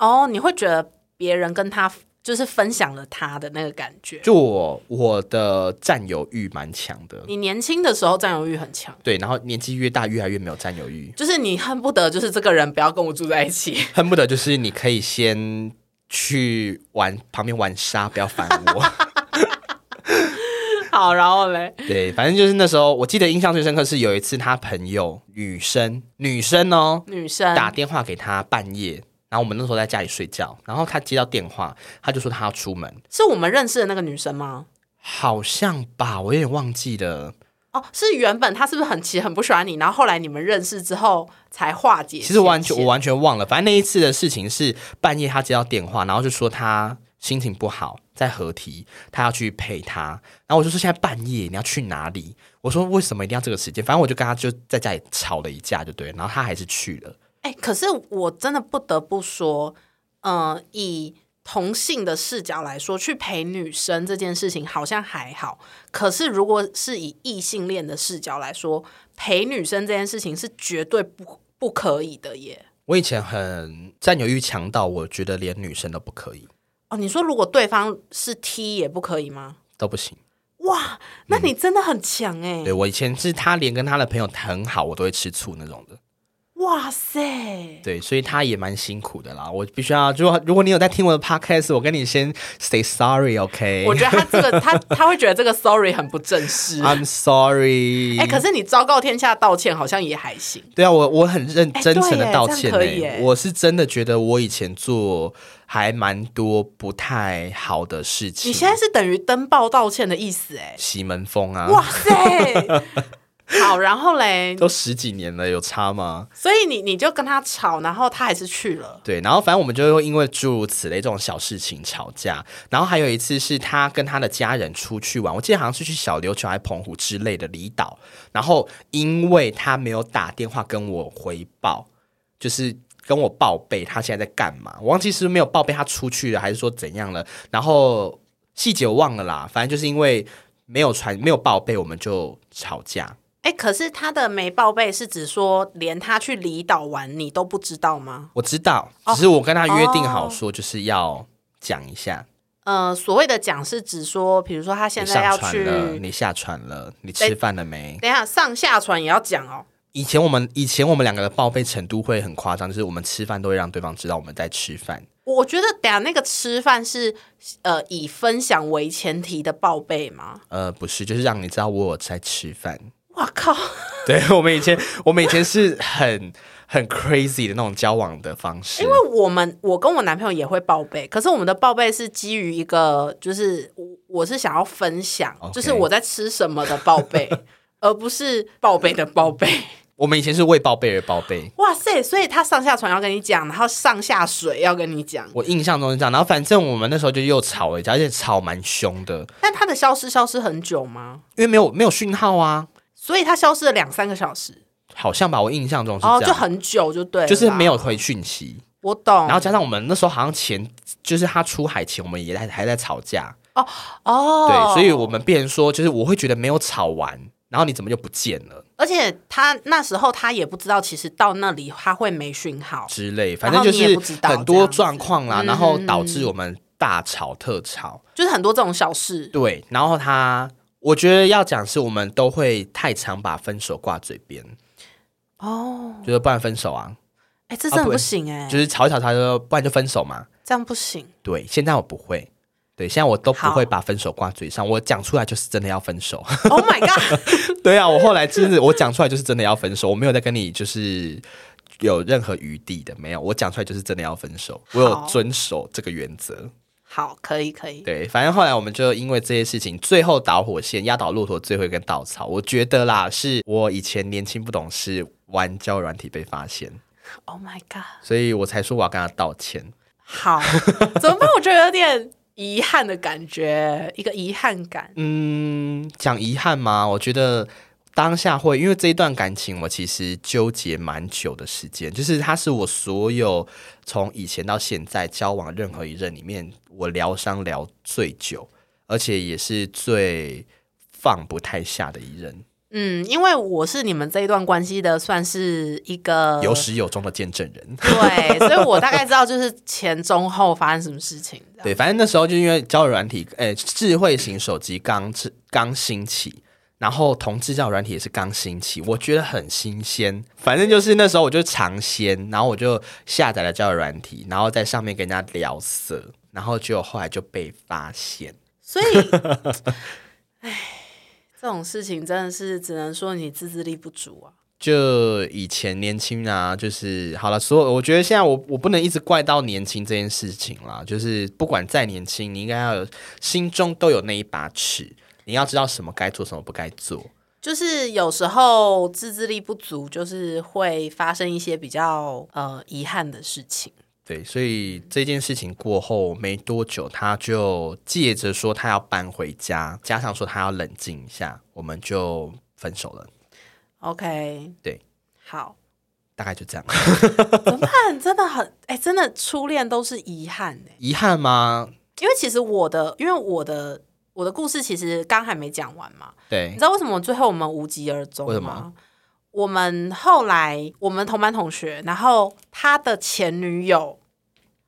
Speaker 2: 哦，你会觉得别人跟他就是分享了他的那个感觉。
Speaker 1: 就我我的占有欲蛮强的，
Speaker 2: 你年轻的时候占有欲很强，
Speaker 1: 对，然后年纪越大越来越没有占有欲，
Speaker 2: 就是你恨不得就是这个人不要跟我住在一起。
Speaker 1: 恨不得就是你可以先去玩旁边玩沙，不要烦我。
Speaker 2: 好，然后嘞，
Speaker 1: 对，反正就是那时候，我记得印象最深刻是有一次他朋友女生女生哦
Speaker 2: 女生
Speaker 1: 打电话给他半夜。然后我们那时候在家里睡觉，然后他接到电话，他就说他要出门，
Speaker 2: 是我们认识的那个女生吗？
Speaker 1: 好像吧，我有点忘记了。
Speaker 2: 哦，是原本她是不是很其实很不喜欢你，然后后来你们认识之后才化解？
Speaker 1: 其实我完全我完全忘了，反正那一次的事情是半夜他接到电话，然后就说他心情不好，在合体，他要去陪他。然后我就说现在半夜你要去哪里？我说为什么一定要这个时间？反正我就跟他就在家里吵了一架，就对了。然后他还是去了，
Speaker 2: 哎、可是我真的不得不说，呃，以同性的视角来说，去陪女生这件事情好像还好。可是如果是以异性恋的视角来说，陪女生这件事情是绝对不不可以的耶。
Speaker 1: 我以前很占有欲强到我觉得连女生都不可以，
Speaker 2: 哦，你说如果对方是 T 也不可以吗？
Speaker 1: 都不行。
Speaker 2: 哇，那你真的很强哎、
Speaker 1: 嗯对我以前是他连跟他的朋友很好，我都会吃醋那种的。
Speaker 2: 哇塞！
Speaker 1: 对，所以他也蛮辛苦的啦。我必须要，如果如果你有在听我的 podcast，我跟你先 say sorry，OK？、
Speaker 2: 我觉得他这个他他会觉得这个 sorry 很不正式。哎、
Speaker 1: I'm sorry。
Speaker 2: 可是你昭告天下道歉好像也还行。
Speaker 1: 对啊，我我很认
Speaker 2: 哎
Speaker 1: 真诚的道歉、欸
Speaker 2: 对耶这样可以耶
Speaker 1: 我是真的觉得我以前做还蛮多不太好的事情。
Speaker 2: 你现在是等于登报道歉的意思哎、
Speaker 1: 洗门风啊，
Speaker 2: 哇 塞！好，然后嘞，
Speaker 1: 都十几年了，有差吗？
Speaker 2: 所以你你就跟他吵，然后他还是去了。
Speaker 1: 对，然后反正我们就会因为诸如此类这种小事情吵架。然后还有一次是他跟他的家人出去玩，我记得好像是去小琉球还澎湖之类的离岛。然后因为他没有打电话跟我回报，就是跟我报备他现在在干嘛，我忘记是不是没有报备他出去了，还是说怎样了。然后细节我忘了啦，反正就是因为没有传没有报备，我们就吵架。
Speaker 2: 哎、可是他的没报备是指说连他去离岛玩你都不知道吗？
Speaker 1: 我知道，只是我跟他约定好
Speaker 2: 哦
Speaker 1: 说就是要讲一下。
Speaker 2: 呃，所谓的讲是指说，比如说他现在要
Speaker 1: 你上船
Speaker 2: 去，
Speaker 1: 了，
Speaker 2: 等
Speaker 1: 你下船了，你吃饭了没？
Speaker 2: 一下上下船也要讲哦。
Speaker 1: 以前我们以前我们两个的报备程度会很夸张，就是我们吃饭都会让对方知道我们在吃饭。
Speaker 2: 我觉得等下那个吃饭是呃以分享为前提的报备吗？
Speaker 1: 呃，不是，就是让你知道我有在吃 饭。
Speaker 2: 哇靠！
Speaker 1: 对我们以前，我们以前是很很 crazy 的那种交往的方式，
Speaker 2: 因为我们我跟我男朋友也会报备，可是我们的报备是基于一个，就是我我是想要分享
Speaker 1: OK
Speaker 2: 就是我在吃什么的报 备，而不是报备的报备。
Speaker 1: 我们以前是为报备而报备。
Speaker 2: 哇塞！所以他上下船要跟你讲，然后上下水要跟你讲，
Speaker 1: 我印象中是这样，然后反正我们那时候就又吵了一架，而且吵蛮凶的，
Speaker 2: 但他的消失消失很久吗？
Speaker 1: 因为没有没有讯号啊，
Speaker 2: 所以他消失了两三个小时，
Speaker 1: 好像吧，我印象中是这样，
Speaker 2: 哦，就很久就对了啦，
Speaker 1: 就是没有回讯息。
Speaker 2: 我懂。
Speaker 1: 然后加上我们那时候好像前就是他出海前，我们也在还在吵架，
Speaker 2: 哦，
Speaker 1: 对，所以我们变成说，就是我会觉得没有吵完，然后你怎么就不见了
Speaker 2: 而且他那时候他也不知道，其实到那里他会没讯号。
Speaker 1: 之类，反
Speaker 2: 然
Speaker 1: 正
Speaker 2: 后
Speaker 1: 就
Speaker 2: 你也
Speaker 1: 是
Speaker 2: 不知道
Speaker 1: 很
Speaker 2: 这
Speaker 1: 多
Speaker 2: 样子
Speaker 1: 状况啦，
Speaker 2: 嗯
Speaker 1: 然后导致我们大吵特吵，
Speaker 2: 就是很多这种小事，
Speaker 1: 对，然后他。我觉得要讲是我们都会太常把分手挂嘴边，
Speaker 2: 哦，
Speaker 1: 就是不然分手啊，
Speaker 2: 哎、这
Speaker 1: 啊
Speaker 2: 真的
Speaker 1: 不
Speaker 2: 不行哎、
Speaker 1: 就是吵一吵吵一吵，不然就分手嘛。
Speaker 2: 这样不行。
Speaker 1: 对，现在我不会，对，现在我都不会
Speaker 2: 好
Speaker 1: 把分手挂嘴上，我讲出来就是真的要分手。
Speaker 2: Oh my god！
Speaker 1: 对啊，我后来真的，我讲出来就是真的要分手，我没有再跟你就是有任何余地的，没有，我讲出来就是真的要分手，我有遵守这个原则。
Speaker 2: 好，可以，可以。
Speaker 1: 对，反正后来我们就因为这些事情，最后导火线压倒骆驼最后一根稻草，我觉得啦，是我以前年轻不懂事玩交友软体被发现，
Speaker 2: Oh my god！
Speaker 1: 所以我才说我要跟他道歉。
Speaker 2: 好，怎么办？我觉得有点遗憾的感觉，一个遗憾感。
Speaker 1: 嗯嗯，讲遗憾吗？我觉得当下会，因为这一段感情我其实纠结蛮久的时间，就是它是我所有从以前到现在交往任何一任里面，我疗伤疗最久，而且也是最放不太下的一任，
Speaker 2: 嗯，因为我是你们这一段关系的，算是一个
Speaker 1: 有始有终的见证人。
Speaker 2: 对，所以我大概知道就是前中后发生什么事情。这样
Speaker 1: 对，反正那时候就因为交友软体，诶、智慧型手机刚制刚兴起，然后同志交友软体也是刚兴起，我觉得很新鲜。反正就是那时候我就尝鲜，然后我就下载了交友软体，然后在上面跟人家聊色，然后结果后来就被发现。
Speaker 2: 所以，唉，这种事情真的是只能说你自制力不足啊。
Speaker 1: 就以前年轻啊，就是好了，所有我觉得现在我我不能一直怪到年轻这件事情啦，就是不管再年轻，你应该要有心中都有那一把尺，你要知道什么该做，什么不该做。
Speaker 2: 就是有时候自制力不足，就是会发生一些比较呃遗憾的事情。
Speaker 1: 对，所以这件事情过后没多久，他就借着说他要搬回家，加上说他要冷静一下，我们就分手了。
Speaker 2: OK，
Speaker 1: 对，
Speaker 2: 好，
Speaker 1: 大概就这样。
Speaker 2: 但真的很哎、真的初恋都是遗憾哎、
Speaker 1: 遗憾吗？
Speaker 2: 因为其实我的，因为我的我的故事其实刚还没讲完嘛，你
Speaker 1: 对
Speaker 2: 知，道为什么最后我们无疾而终
Speaker 1: 为什么
Speaker 2: 吗？我们后来我们同班同学，然后他的前女友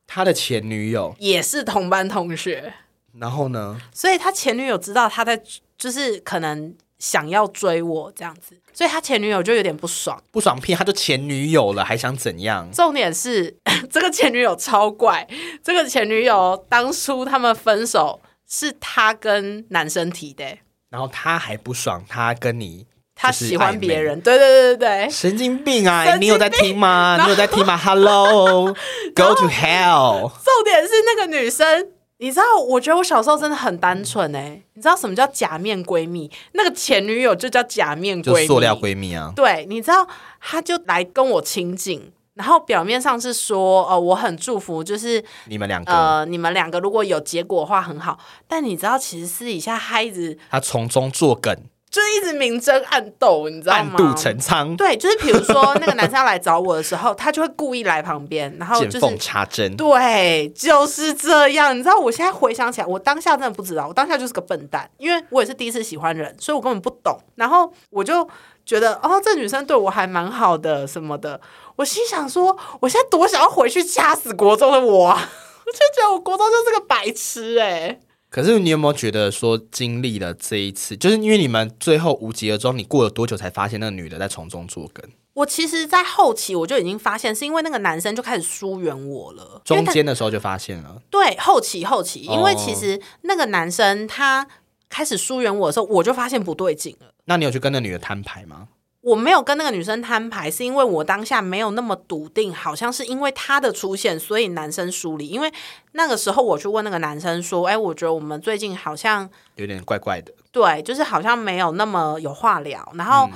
Speaker 1: 他的前女友，
Speaker 2: 也是同班同学，
Speaker 1: 然后呢？
Speaker 2: 所以他前女友知道他在就是可能想要追我这样子，所以他前女友就有点不爽。
Speaker 1: 不爽屁，他就前女友了，还想怎样？
Speaker 2: 重点是 这个前女友超怪，这个前女友当初他们分手是他跟男生提的、
Speaker 1: 然后他还不爽，他跟你
Speaker 2: 他
Speaker 1: 就是
Speaker 2: 喜欢
Speaker 1: 暧
Speaker 2: 别
Speaker 1: 昧，
Speaker 2: 人，对对对对对。
Speaker 1: 神经病啊！
Speaker 2: 神经病
Speaker 1: 你有在听吗？你有在听吗？Hello，go to hell！
Speaker 2: 重点是那个女生，你知道，我觉得我小时候真的很单纯哎、你知道什么叫假面闺蜜？那个前女友就叫假面闺
Speaker 1: 就
Speaker 2: 蜜，
Speaker 1: 塑料闺蜜啊，
Speaker 2: 对，你知道，他就来跟我亲近，然后表面上是说，呃，我很祝福，就是
Speaker 1: 你们两个，
Speaker 2: 呃，你们两个如果有结果的话很好。但你知道，其实私底下他一直
Speaker 1: 他从中作梗，
Speaker 2: 就是一直明争暗斗，你知道
Speaker 1: 暗
Speaker 2: 吗？
Speaker 1: 度陈仓，
Speaker 2: 对，就是比如说那个男生要来找我的时候，他就会故意来旁边，然后
Speaker 1: 见
Speaker 2: 哦就是
Speaker 1: 缝插针。
Speaker 2: 对，就是这样。你知道，我现在回想起来，我当下真的不知道，我当下就是个笨蛋，因为我也是第一次喜欢人，所以我根本不懂。然后我就觉得，哦，这女生对我还蛮好的什么的。我心想说，我现在多想要回去掐死国中的我、啊， 我就觉得我国中就是个白痴哎、
Speaker 1: 可是你有没有觉得说，经历了这一次，就是因为你们最后无疾而终，你过了多久才发现那个女的在从中作梗？
Speaker 2: 我其实，在后期我就已经发现，是因为那个男生就开始疏远我了，因为
Speaker 1: 中
Speaker 2: 他
Speaker 1: 间的时候就发现了，
Speaker 2: 对，后期后期，因为
Speaker 1: 哦
Speaker 2: 其实那个男生他开始疏远我的时候，我就发现不对劲了。
Speaker 1: 那你有去跟那女的摊牌吗？
Speaker 2: 我没有跟那个女生摊牌，是因为我当下没有那么笃定，好像是因为她的出现，所以男生疏离。因为那个时候我去问那个男生说：“哎、我觉得我们最近好像
Speaker 1: 有点怪怪的，
Speaker 2: 对，就是好像没有那么有话聊。”然
Speaker 1: 嗯
Speaker 2: 后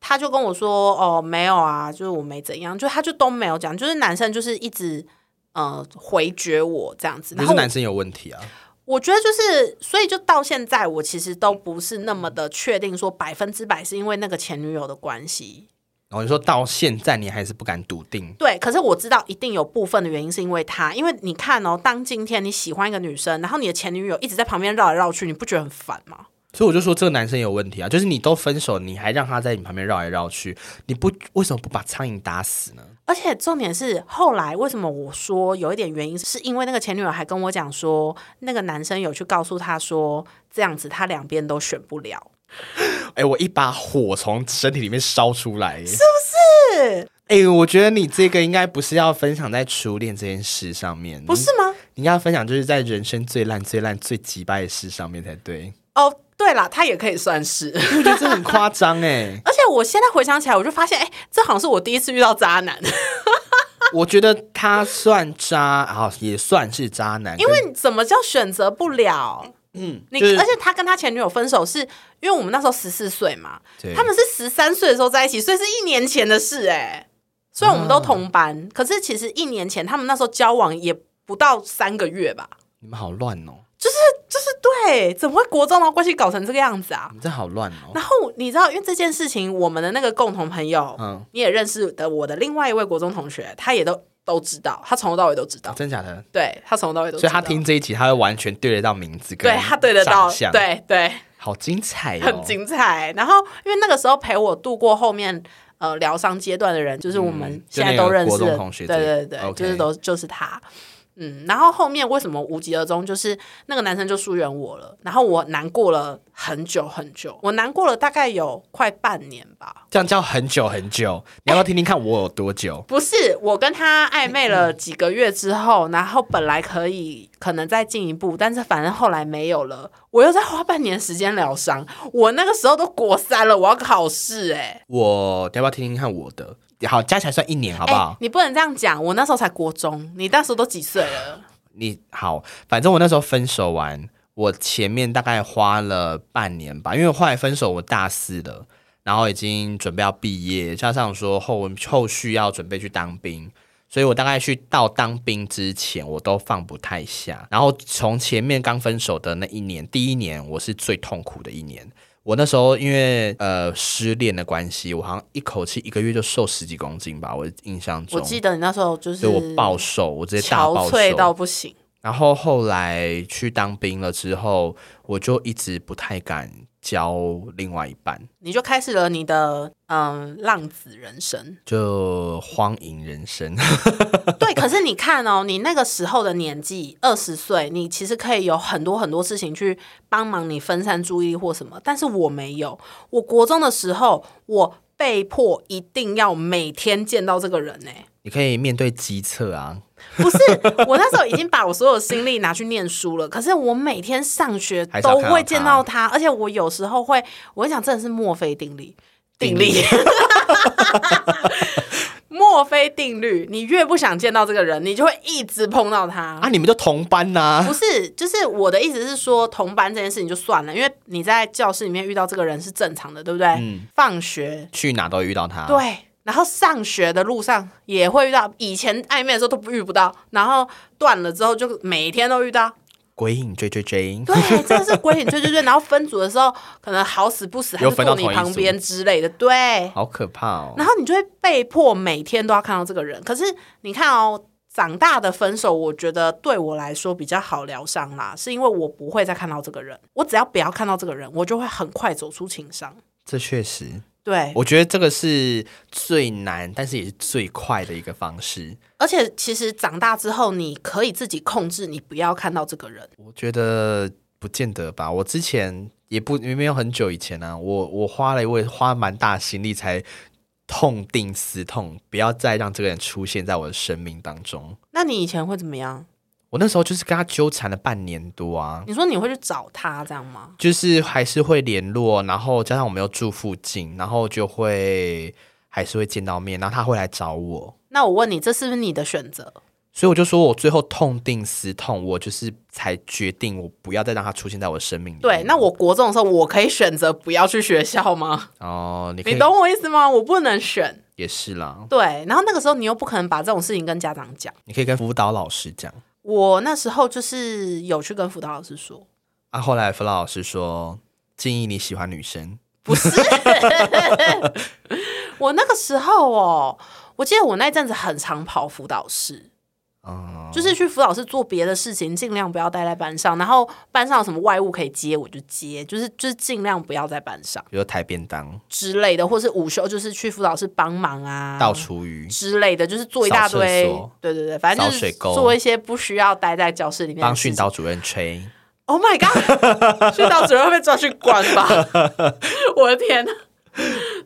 Speaker 2: 他就跟我说：“哦，没有啊，就是我没怎样，就他就都没有讲，就是男生就是一直呃回绝我这样子。”
Speaker 1: 不
Speaker 2: 然
Speaker 1: 是
Speaker 2: 后
Speaker 1: 男生有问题啊？
Speaker 2: 我觉得就是，所以就到现在，我其实都不是那么的确定说百分之百是因为那个前女友的关系。
Speaker 1: 然后你说到现在你还是不敢笃定，
Speaker 2: 对，可是我知道一定有部分的原因是因为他，因为你看哦，当今天你喜欢一个女生，然后你的前女友一直在旁边绕来绕去，你不觉得很烦吗？
Speaker 1: 所以我就说这个男生有问题啊，就是你都分手，你还让他在你旁边绕来绕去，你不为什么不把苍蝇打死呢？
Speaker 2: 而且重点是，后来为什么我说有一点原因，是因为那个前女友还跟我讲说，那个男生有去告诉他说，这样子他两边都选不了。
Speaker 1: 哎、我一把火从身体里面烧出来，是不是？哎、我觉得你这个应该不是要分享在初恋这件事上面，
Speaker 2: 不是
Speaker 1: 你，
Speaker 2: 吗？
Speaker 1: 你应该要分享就是在人生最烂、最烂、最鸡掰的事上面才对。
Speaker 2: 哦，对啦，他也可以算是。，
Speaker 1: 我觉得这很夸张哎
Speaker 2: 而且我现在回想起来，我就发现，哎、这好像是我第一次遇到渣男，
Speaker 1: 我觉得他算渣啊，也算是渣男，
Speaker 2: 因为怎么叫选择不了？嗯，你、
Speaker 1: 就是
Speaker 2: 而且他跟他前女友分手是，因为我们那时候十四岁嘛
Speaker 1: 对，
Speaker 2: 他们是十三岁的时候在一起，所以是一年前的事、哎，虽然我们都同
Speaker 1: 哦
Speaker 2: 班，可是其实一年前他们那时候交往也不到三个月吧，
Speaker 1: 你们好乱哦。
Speaker 2: 就是就是对，怎么会国中然后关系搞成这个样子啊？
Speaker 1: 你这好乱哦。
Speaker 2: 然后你知道，因为这件事情，我们的那个共同朋友，
Speaker 1: 嗯
Speaker 2: 你也认识的，我的另外一位国中同学，他也都都知道，他从头到尾都知道，
Speaker 1: 真假的？
Speaker 2: 对他从头到尾都
Speaker 1: 哦
Speaker 2: 知
Speaker 1: 所以
Speaker 2: 道，
Speaker 1: 他听这一集，他会完全对得到名字跟
Speaker 2: 对他对得到
Speaker 1: 长，相，
Speaker 2: 对对，
Speaker 1: 好精彩哦，
Speaker 2: 很精彩。然后因为那个时候陪我度过后面呃疗伤阶段的人，就是我们
Speaker 1: 嗯
Speaker 2: 现在都认识
Speaker 1: 就那个国
Speaker 2: 的，
Speaker 1: 中同学
Speaker 2: 对对
Speaker 1: 这
Speaker 2: 对
Speaker 1: 个，OK
Speaker 2: 就是都就是他。嗯，然后后面为什么无疾而终？就是那个男生就疏远我了，然后我难过了很久很久，我难过了大概有快半年吧。
Speaker 1: 这样叫很久很久。你要不要听听看我有多久？
Speaker 2: 不是，我跟他暧昧了几个月之后，然后本来可以可能再进一步，但是反正后来没有了，我又再花半年时间疗伤。我那个时候都国三了，我要考试哎、
Speaker 1: 我你要不要听听看我的？好，加起来算一年，好不好？
Speaker 2: 欸你不能这样讲，我那时候才国中，你那时候都几岁了？
Speaker 1: 你好，反正我那时候分手完，我前面大概花了半年吧，因为我后来分手，我大四了，然后已经准备要毕业，加上说后后续要准备去当兵，所以我大概去到当兵之前，我都放不太下。然后从前面刚分手的那一年，第一年我是最痛苦的一年。我那时候因为呃失恋的关系，我好像一口气一个月就瘦十几公斤吧，我印象中，
Speaker 2: 我记得你那时候就是
Speaker 1: 所以我暴瘦，我直接大
Speaker 2: 憔
Speaker 1: 暴
Speaker 2: 悴
Speaker 1: 瘦
Speaker 2: 到不行。
Speaker 1: 然后后来去当兵了之后，我就一直不太敢交另外一半，，
Speaker 2: 你就开始了你的嗯浪子人生
Speaker 1: 就荒淫人生。
Speaker 2: 对。可是你看哦，你那个时候的年纪，二十岁，你其实可以有很多很多事情去帮忙你分散注意力或什么，但是我没有。我国中的时候，我被迫一定要每天见到这个人欸呢、
Speaker 1: 你可以面对机测啊，
Speaker 2: 不是，我那时候已经把我所有心力拿去念书了，可是我每天上学
Speaker 1: 还是要
Speaker 2: 都
Speaker 1: 看到
Speaker 2: 会见到他，而且我有时候会，我跟你讲，真的是墨菲定律，定律， 墨菲定律，你越不想见到这个人，你就会一直碰到他。
Speaker 1: 啊，你们就同班呐、
Speaker 2: 不是，就是我的意思是说，同班这件事情就算了，因为你在教室里面遇到这个人是正常的，对不对？
Speaker 1: 嗯
Speaker 2: 放学
Speaker 1: 去哪都会遇到他。，
Speaker 2: 对，然后上学的路上也会遇到，以前暧昧的时候都不遇不到，然后断了之后就每天都遇到。
Speaker 1: 鬼影追追追，
Speaker 2: 对，真的是鬼影追追追。然后分组的时候，可能好死不死还
Speaker 1: 又
Speaker 2: 是
Speaker 1: 分
Speaker 2: 坐
Speaker 1: 到
Speaker 2: 你
Speaker 1: 同一
Speaker 2: 旁
Speaker 1: 组
Speaker 2: 边之类的。对，
Speaker 1: 好可怕哦。
Speaker 2: 然后你就会被迫每天都要看到这个人。可是你看哦。长大的分手，我觉得对我来说比较好疗伤啦，是因为我不会再看到这个人，我只要不要看到这个人，我就会很快走出情伤。
Speaker 1: 这确实，
Speaker 2: 对，
Speaker 1: 我觉得这个是最难，但是也是最快的一个方式。
Speaker 2: 而且其实长大之后，你可以自己控制，你不要看到这个人。
Speaker 1: 我觉得不见得吧。我之前也不也没有很久以前啊，我我花了我也花蛮大心力才痛定思痛，不要再让这个人出现在我的生命当中。
Speaker 2: 那你以前会怎么样？
Speaker 1: 我那时候就是跟他纠缠了半年多啊，
Speaker 2: 你说你会去找他这样吗？
Speaker 1: 就是还是会联络，然后加上我们又住附近，然后就会还是会见到面，然后他会来找我。
Speaker 2: 那我问你，这是不是你的选择？
Speaker 1: 所以我就说，我最后痛定思痛，我就是才决定，我不要再让他出现在我的生命里面。
Speaker 2: 对，那我国中的时候，我可以选择不要去学校吗？
Speaker 1: 哦，你可
Speaker 2: 你
Speaker 1: 以
Speaker 2: 懂我意思吗？我不能选。
Speaker 1: 也是啦，
Speaker 2: 对，然后那个时候你又不可能把这种事情跟家长讲。
Speaker 1: 你可以跟辅导老师讲。
Speaker 2: 我那时候就是有去跟辅导老师说，
Speaker 1: 啊，后来辅导老师说建议你喜欢女生，
Speaker 2: 不是，我那个时候哦，我记得我那一阵子很常跑辅导室，
Speaker 1: 嗯，
Speaker 2: 就是去辅导室做别的事情，尽量不要待在班上。然后班上有什么外务可以接，我就接，就是就是尽量不要在班上
Speaker 1: 比如抬便当、
Speaker 2: 之类的，或是午休就是去辅导室帮忙啊，
Speaker 1: 倒厨余，
Speaker 2: 之类的，就是做一大堆
Speaker 1: 扫厕所，
Speaker 2: 对对对，反正就
Speaker 1: 扫水
Speaker 2: 是
Speaker 1: 沟
Speaker 2: 做一些不需要待在教室里面的
Speaker 1: 帮
Speaker 2: 事情
Speaker 1: 训导。主任吹。
Speaker 2: Oh my god！训导主任会被抓去关吧？ 我的天呐！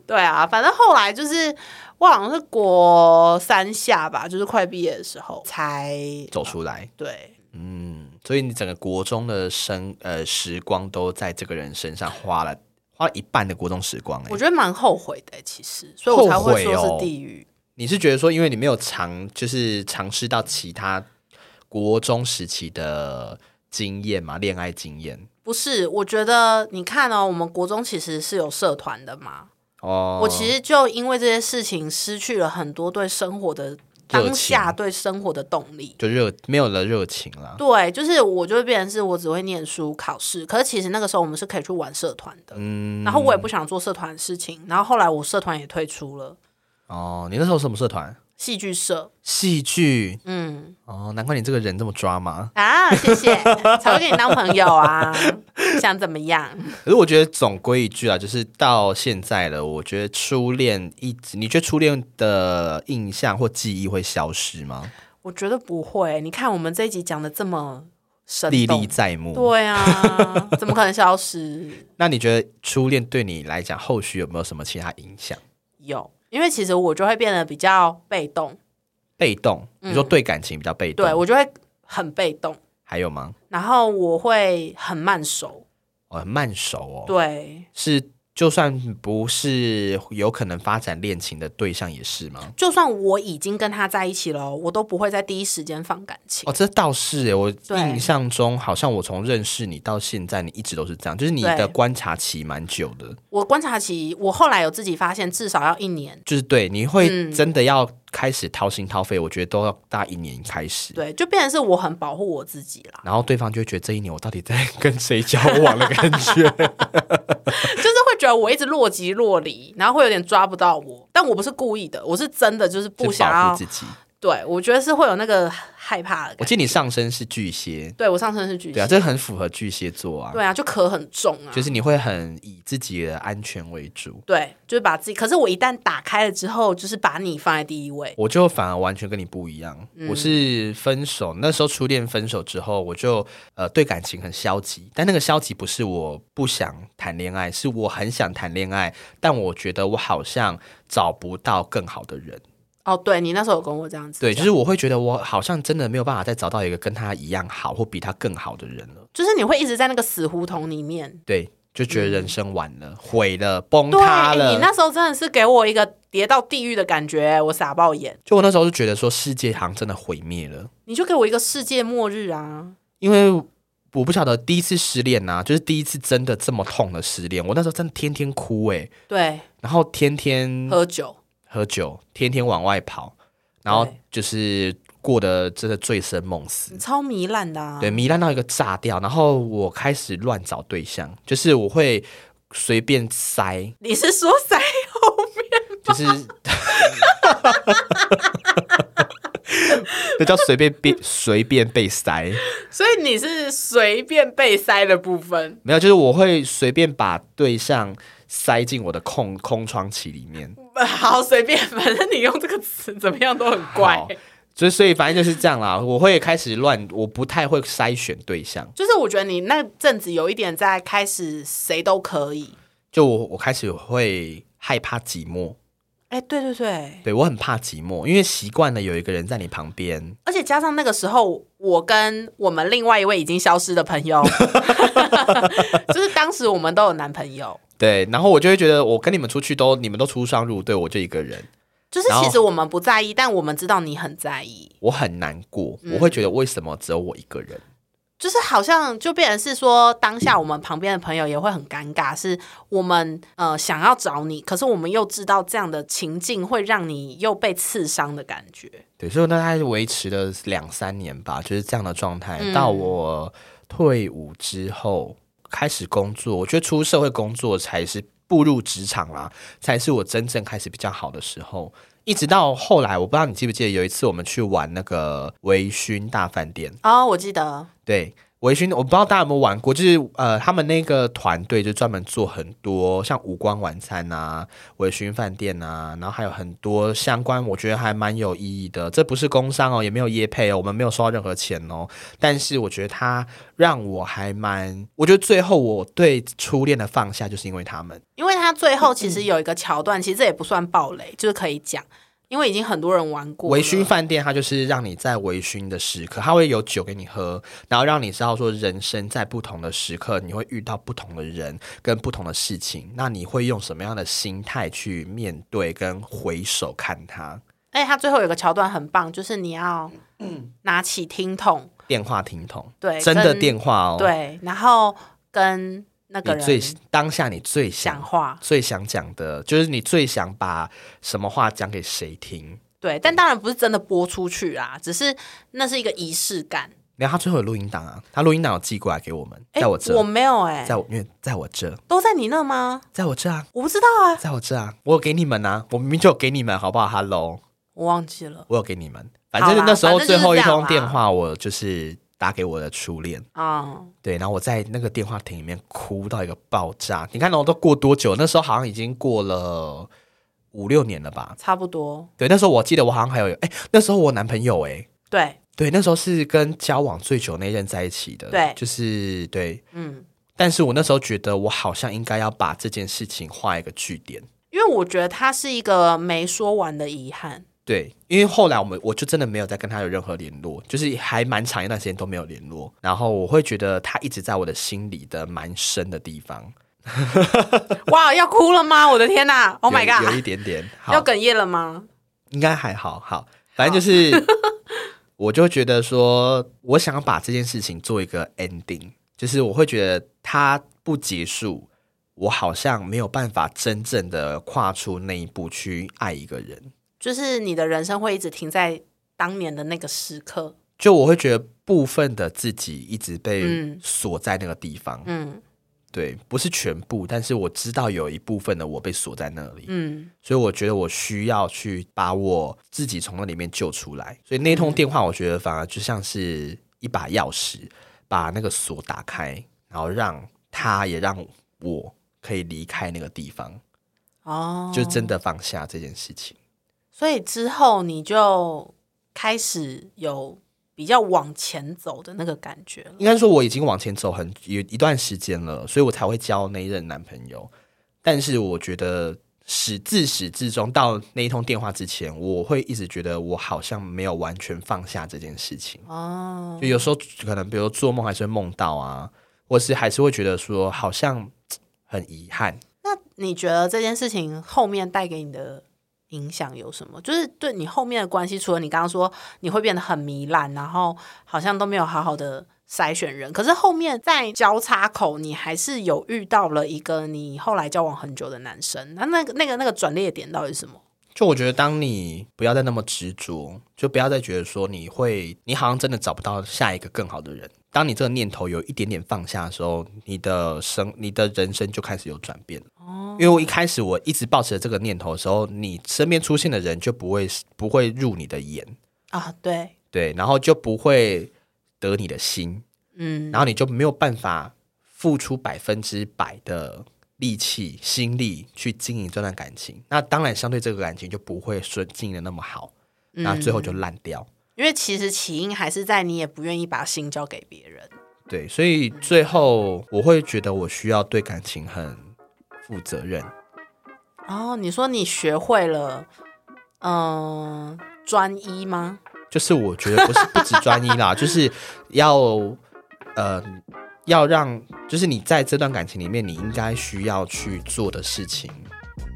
Speaker 2: 对啊，反正后来就是我好像是国三下吧，就是快毕业的时候才
Speaker 1: 走出来。
Speaker 2: 对。
Speaker 1: 嗯，所以你整个国中的生呃时光都在这个人身上花了花了一半的国中时光、
Speaker 2: 我
Speaker 1: 欸。
Speaker 2: 觉得蛮后悔的、其实，所以我才会说
Speaker 1: 哦
Speaker 2: 是地狱。
Speaker 1: 你是觉得说，因为你没有尝，就是尝试到其他国中时期的经验嘛，恋爱经验
Speaker 2: 不是，我觉得你看哦，我们国中其实是有社团的嘛，
Speaker 1: 哦。
Speaker 2: 我其实就因为这些事情失去了很多对生活的
Speaker 1: 热
Speaker 2: 当
Speaker 1: 情
Speaker 2: 下对生活的动力。
Speaker 1: 就热没有了热情啦。
Speaker 2: 对，就是我就会变成是我只会念书、考试，可是其实那个时候我们是可以去玩社团的，
Speaker 1: 嗯
Speaker 2: 然后我也不想做社团的事情，然后后来我社团也退出了，
Speaker 1: 哦，你那时候什么社团？
Speaker 2: 戏剧社，
Speaker 1: 戏剧
Speaker 2: 嗯
Speaker 1: 哦，难怪你这个人这么抓嘛。
Speaker 2: 啊，谢谢，才会跟你当朋友啊，想怎么样？
Speaker 1: 可是我觉得总归一句啊，就是到现在了，我觉得初恋一直，你觉得初恋的印象或记忆会消失吗？
Speaker 2: 我觉得不会，你看我们这一集讲的这么生
Speaker 1: 历
Speaker 2: 动
Speaker 1: 历，在目。
Speaker 2: 对啊，怎么可能消失？
Speaker 1: 那你觉得初恋对你来讲，后续有没有什么其他影响？
Speaker 2: 有，因为其实我就会变得比较被动，
Speaker 1: 被动，你说对感情比较被动，
Speaker 2: 嗯对我就会很被动，
Speaker 1: 还有吗？
Speaker 2: 然后我会很慢熟，
Speaker 1: 哦，很慢熟哦，
Speaker 2: 对。
Speaker 1: 是就算不是有可能发展恋情的对象也是吗？
Speaker 2: 就算我已经跟他在一起了，我都不会在第一时间放感情。
Speaker 1: 哦，这倒是耶！我
Speaker 2: 对
Speaker 1: 印象中好像我从认识你到现在，你一直都是这样，就是你
Speaker 2: 对
Speaker 1: 的观察期蛮久的，
Speaker 2: 我观察期，我后来有自己发现，至少要一年。
Speaker 1: 就是对你会
Speaker 2: 嗯
Speaker 1: 真的要开始掏心掏肺，我觉得都要大一年开始。
Speaker 2: 对，就变成是我很保护我自己啦，
Speaker 1: 然后对方就会觉得这一年我到底在 跟谁交往的感觉，
Speaker 2: 就是会觉得我一直若即若离，然后会有点抓不到我。但我不是故意的，我是真的就是 不
Speaker 1: 就
Speaker 2: 想
Speaker 1: 保护
Speaker 2: 要
Speaker 1: 自。己。
Speaker 2: 对，我觉得是会有那个害怕的
Speaker 1: 我
Speaker 2: 感觉。
Speaker 1: 记得你上身是巨蟹，
Speaker 2: 对我上身是巨
Speaker 1: 对啊，
Speaker 2: 蟹，
Speaker 1: 这很符合巨蟹座啊，
Speaker 2: 对啊，就壳很重啊，
Speaker 1: 就是你会很以自己的安全为主。
Speaker 2: 对，就是把自己。可是我一旦打开了之后，就是把你放在第一位。
Speaker 1: 我就反而完全跟你不一样。
Speaker 2: 嗯
Speaker 1: 我是分手那时候初恋分手之后，我就呃对感情很消极，但那个消极不是我不想谈恋爱，是我很想谈恋爱，但我觉得我好像找不到更好的人。
Speaker 2: 哦，对你那时候有跟我这样子讲，
Speaker 1: 对，就是我会觉得我好像真的没有办法再找到一个跟他一样好或比他更好的人了。
Speaker 2: 就是你会一直在那个死胡同里面，
Speaker 1: 对，就觉得人生完了，毁了，崩
Speaker 2: 嗯对
Speaker 1: 塌
Speaker 2: 你
Speaker 1: 了
Speaker 2: 那。时候真的是给我一个跌到地狱的感觉，我傻爆眼。
Speaker 1: 就我那时候就觉得说，世界好像真的毁灭了。
Speaker 2: 你就给我一个世界末日啊！
Speaker 1: 因为我不晓得第一次失恋呐、就是第一次真的这么痛的失恋，我那时候真的天天哭诶、
Speaker 2: 对，
Speaker 1: 然后天天
Speaker 2: 喝酒，
Speaker 1: 喝酒，天天往外跑，然后
Speaker 2: 对
Speaker 1: 就是过得真的醉生梦死
Speaker 2: 你。超糜烂的、啊。
Speaker 1: 对，糜烂到一个炸掉，然后我开始乱找对象，就是我会随便塞，
Speaker 2: 你是说谁？
Speaker 1: 就是， 这叫随便被随便被塞。
Speaker 2: 所以你是随便被塞的部分。
Speaker 1: 没有，就是我会随便把对象塞进我的空空窗期里面。
Speaker 2: 好，随便， 反正你用这个词怎么样都很怪
Speaker 1: 好。所以，所以反正就是这样啦。 我会开始乱，我不太会筛选对象。
Speaker 2: 就是我觉得你那阵子有一点在开始谁都可以。
Speaker 1: 就我，我开始会害怕寂寞。
Speaker 2: 哎、对对对，
Speaker 1: 对我很怕寂寞，因为习惯了有一个人在你旁边。
Speaker 2: 而且加上那个时候，我跟我们另外一位已经消失的朋 友，就是当时我们都有男朋友，
Speaker 1: 对，然后我就会觉得，我跟你们出去都，你们都出双入对，我就一个人，
Speaker 2: 就是
Speaker 1: 然后
Speaker 2: 其实我们不在意，但我们知道你很在意，
Speaker 1: 我很难过。我会觉得为什么只有我一个人？
Speaker 2: 就是好像就变成是说，当下我们旁边的朋友也会很尴尬，是我们呃想要找你，可是我们又知道这样的情境会让你又被刺伤的感觉。
Speaker 1: 对，所以我大概维持了两三年吧，就是这样的状态。到我退伍之后开始工作，我觉得出社会工作才是步入职场啦，才是我真正开始比较好的时候。一直到后来，我不知道你记不记得有一次我们去玩那个微醺大饭店，
Speaker 2: 哦，我记得，
Speaker 1: 对。微醺，我不知道大家有没有玩过，就是呃，他们那个团队就专门做很多像无光晚餐啊、微醺饭店啊，然后还有很多相关，我觉得还蛮有意义的。这不是工商哦，也没有业配哦，我们没有收到任何钱哦。但是我觉得它让我还蛮，我觉得最后我对初恋的放下，就是因为他们。
Speaker 2: 因为他最后
Speaker 1: 嗯
Speaker 2: 其实有一个桥段，其实这也不算暴雷，就是可以讲，因为已经很多人玩过了
Speaker 1: 微醺饭店它就是让你在微醺的时刻，它会有酒给你喝，然后让你知道说人生在不同的时刻你会遇到不同的人跟不同的事情，那你会用什么样的心态去面对跟回首看它？
Speaker 2: 而哎且他最后有个桥段很棒，就是你要拿起听筒，
Speaker 1: 电话听筒，
Speaker 2: 对
Speaker 1: 嗯真的
Speaker 2: 跟
Speaker 1: 电话哦，，
Speaker 2: 对，然后跟那个
Speaker 1: 你最
Speaker 2: 人
Speaker 1: 当下你最想
Speaker 2: 讲话，
Speaker 1: 最想讲的，就是你最想把什么话讲给谁听？
Speaker 2: 对，但当然不是真的播出去啦，只是那是一个仪式感。
Speaker 1: 然后他最后有录音档啊，他录音档有寄过来给我们，
Speaker 2: 哎，
Speaker 1: 在我这，
Speaker 2: 我没有哎、
Speaker 1: 在我因为在我这，
Speaker 2: 都在你那吗？
Speaker 1: 在我这啊，
Speaker 2: 我不知道啊，
Speaker 1: 在我这啊，我有给你们啊，我明明就有给你们，好不好？Hello，
Speaker 2: 我忘记了
Speaker 1: 我有给你们，
Speaker 2: 啦
Speaker 1: 反正那时候
Speaker 2: 反正就
Speaker 1: 最
Speaker 2: 是
Speaker 1: 后一
Speaker 2: 这样
Speaker 1: 通
Speaker 2: 啦
Speaker 1: 电话，我就是打给我的初恋。
Speaker 2: 啊、嗯
Speaker 1: 对，然后我在那个电话亭里面哭到一个爆炸。你看哦，都过多久？那时候好像已经过了五六年了吧？
Speaker 2: 差不多。
Speaker 1: 对，那时候我记得我好像还有，哎，那时候我男朋友，哎，
Speaker 2: 对，
Speaker 1: 对，那时候是跟交往最久那任在一起的，
Speaker 2: 对
Speaker 1: 就是对。
Speaker 2: 嗯，
Speaker 1: 但是我那时候觉得，我好像应该要把这件事情画一个句点。
Speaker 2: 因为我觉得它是一个没说完的遗憾。
Speaker 1: 对，因为后来我们我就真的没有再跟他有任何联络，就是还蛮长一段时间都没有联络。然后我会觉得他一直在我的心里的蛮深的地方。
Speaker 2: 哇，要哭了吗？我的天哪、o h Oh my
Speaker 1: 有有
Speaker 2: god！
Speaker 1: 一点点，
Speaker 2: 要
Speaker 1: 好，
Speaker 2: 哽咽了吗？
Speaker 1: 应该还好，好，反正就是我就觉得说，我想把这件事情做一个 ending，就是我会觉得它不结束，我好像没有办法真正的跨出那一步去爱一个人。
Speaker 2: 就是你的人生会一直停在当年的那个时刻。
Speaker 1: 就我会觉得部分的自己一直被
Speaker 2: 嗯
Speaker 1: 锁在那个地方，
Speaker 2: 嗯
Speaker 1: 对，不是全部，但是我知道有一部分的我被锁在那里，
Speaker 2: 嗯，
Speaker 1: 所以我觉得我需要去把我自己从那里面救出来。所以那通电话，我觉得反而就像是一把钥匙，把那个锁打开，然后让他也让我可以离开那个地方，
Speaker 2: 哦，
Speaker 1: 就真的放下这件事情。
Speaker 2: 所以之后你就开始有比较往前走的那个感觉了。
Speaker 1: 应该说我已经往前走很有一段时间了，所以我才会交那一任男朋友。但是我觉得始自始至终到那一通电话之前，我会一直觉得我好像没有完全放下这件事情。
Speaker 2: 哦
Speaker 1: 就，有时候可能，比如说做梦还是会梦到啊，或是还是会觉得说好像很遗憾。
Speaker 2: 那你觉得这件事情后面带给你的影响有什么？就是对你后面的关系，除了你刚刚说你会变得很糜烂，然后好像都没有好好的筛选人，可是后面在交叉口，你还是有遇到了一个你后来交往很久的男生。那那个那个那个转捩点到底是什么？
Speaker 1: 就我觉得，当你不要再那么执着，就不要再觉得说你会，你好像真的找不到下一个更好的人。当你这个念头有一点点放下的时候，你的生，你的人生就开始有转变了。因为我一开始我一直抱持着这个念头的时候，你身边出现的人就不会不会入你的眼，
Speaker 2: 啊，对，
Speaker 1: 对，然后就不会得你的心，
Speaker 2: 嗯，
Speaker 1: 然后你就没有办法付出百分之百的力气、心力去经营这段感情。那当然，相对这个感情就不会顺经营的那么好，那最后就烂掉。
Speaker 2: 因为其实起因还是在你也不愿意把心交给别人。
Speaker 1: 对，所以最后我会觉得我需要对感情很负责任。
Speaker 2: 哦，你说你学会了，嗯、专一吗？
Speaker 1: 就是我觉得不是不止专一啦，就是要呃要让，就是你在这段感情里面，你应该需要去做的事情，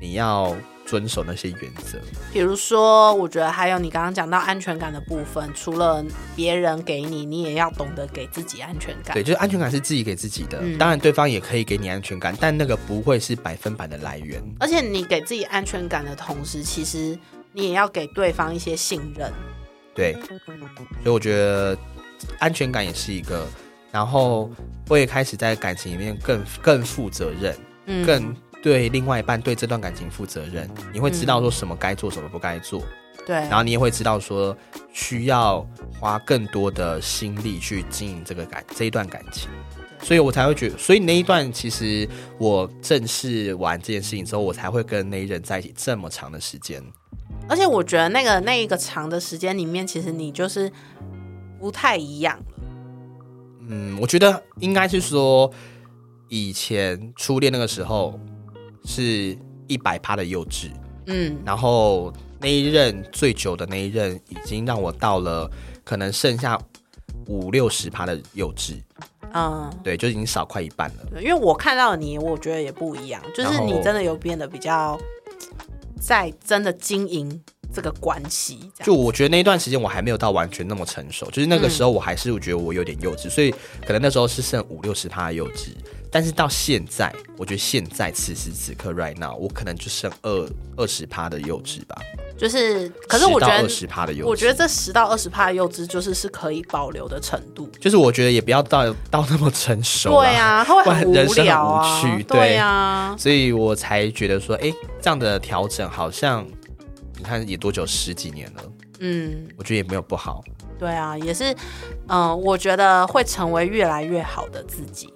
Speaker 1: 你要遵守那些原则。
Speaker 2: 比如说，我觉得还有你刚刚讲到安全感的部分，除了别人给你，你也要懂得给自己安全感
Speaker 1: 对，。就是安全感是自己给自己的，当然对方也可以给你安全感，但那个不会是百分百的来源。
Speaker 2: 而且你给自己安全感的同时，其实你也要给对方一些信任。
Speaker 1: 对，所以我觉得安全感也是一个，然后会开始在感情里面更更负责任，
Speaker 2: 嗯
Speaker 1: 更对另外一半对这段感情负责任。你会知道说什么该做，什么不该做，
Speaker 2: 对
Speaker 1: 然，后你也会知道说需要花更多的心力去经营这个感这一段感情，所以我才会觉得，所以那一段其实我正式完这件事情之后，我才会跟那一人在一起这么长的时间。
Speaker 2: 而且我觉得那个那一个长的时间里面，其实你就是不太一样了。
Speaker 1: 嗯，我觉得应该是说，以前初恋那个时候是一百趴的幼稚，
Speaker 2: 嗯，
Speaker 1: 然后那一任最久的那一任已经让我到了可能剩下五六十趴的幼稚，
Speaker 2: 嗯，
Speaker 1: 对，就已经少快一半了。
Speaker 2: 对，因为我看到你，我觉得也不一样，就
Speaker 1: 然
Speaker 2: 是
Speaker 1: 后
Speaker 2: 你真的有变得比较在真的经营这个关系，这
Speaker 1: 就
Speaker 2: 样
Speaker 1: 我觉得那一段时间我还没有到完全那么成熟，就是那个时候我还是我觉得我有点幼稚，所以可能那时候是剩五六十趴的幼稚。但是到现在，我觉得现在此时此刻 right now，我可能就剩二二十趴的幼稚吧。
Speaker 2: 就是，可是我觉
Speaker 1: 二
Speaker 2: 得
Speaker 1: 十趴的幼稚，
Speaker 2: 我觉得这十到二十帕的幼稚就是是可以保留的程度。
Speaker 1: 就是我觉得也不要到到那么成熟啦，
Speaker 2: 对啊，他会
Speaker 1: 不然
Speaker 2: 无
Speaker 1: 人生很
Speaker 2: 聊
Speaker 1: 无
Speaker 2: 啊，
Speaker 1: 趣，
Speaker 2: 对啊，
Speaker 1: 所以我才觉得说，哎、这样的调整好像，你看也多久十几年了，
Speaker 2: 嗯，
Speaker 1: 我觉得也没有不好。
Speaker 2: 对啊，也是，嗯、我觉得会成为越来越好的自己。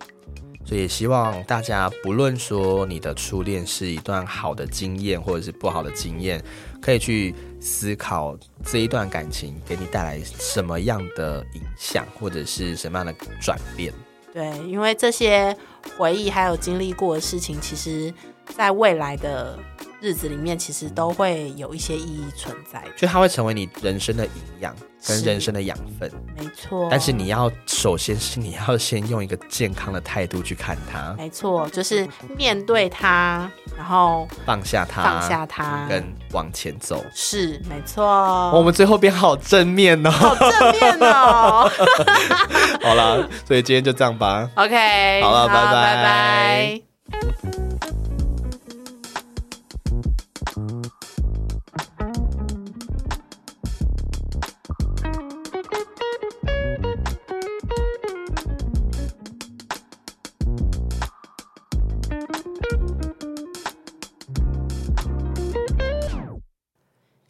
Speaker 1: 所以也希望大家，不论说你的初恋是一段好的经验，或者是不好的经验，可以去思考这一段感情给你带来什么样的影响，或者是什么样的转变。
Speaker 2: 对，因为这些回忆还有经历过的事情，其实在未来的日子里面，其实都会有一些意义存在。
Speaker 1: 就它会成为你人生的营 养跟
Speaker 2: 是
Speaker 1: 人生的养分。
Speaker 2: 没错，
Speaker 1: 但是你要首先是你要先用一个健康的态度去看它，
Speaker 2: 没错，就是面对它，然后
Speaker 1: 放下它，
Speaker 2: 放下它，
Speaker 1: 跟往前走。哦
Speaker 2: 是没
Speaker 1: 我
Speaker 2: 错，
Speaker 1: 们最后变好正面哦。
Speaker 2: 好正面哦。
Speaker 1: 好啦，所以今天就这样吧。
Speaker 2: OK，
Speaker 1: 好了拜拜
Speaker 2: 拜拜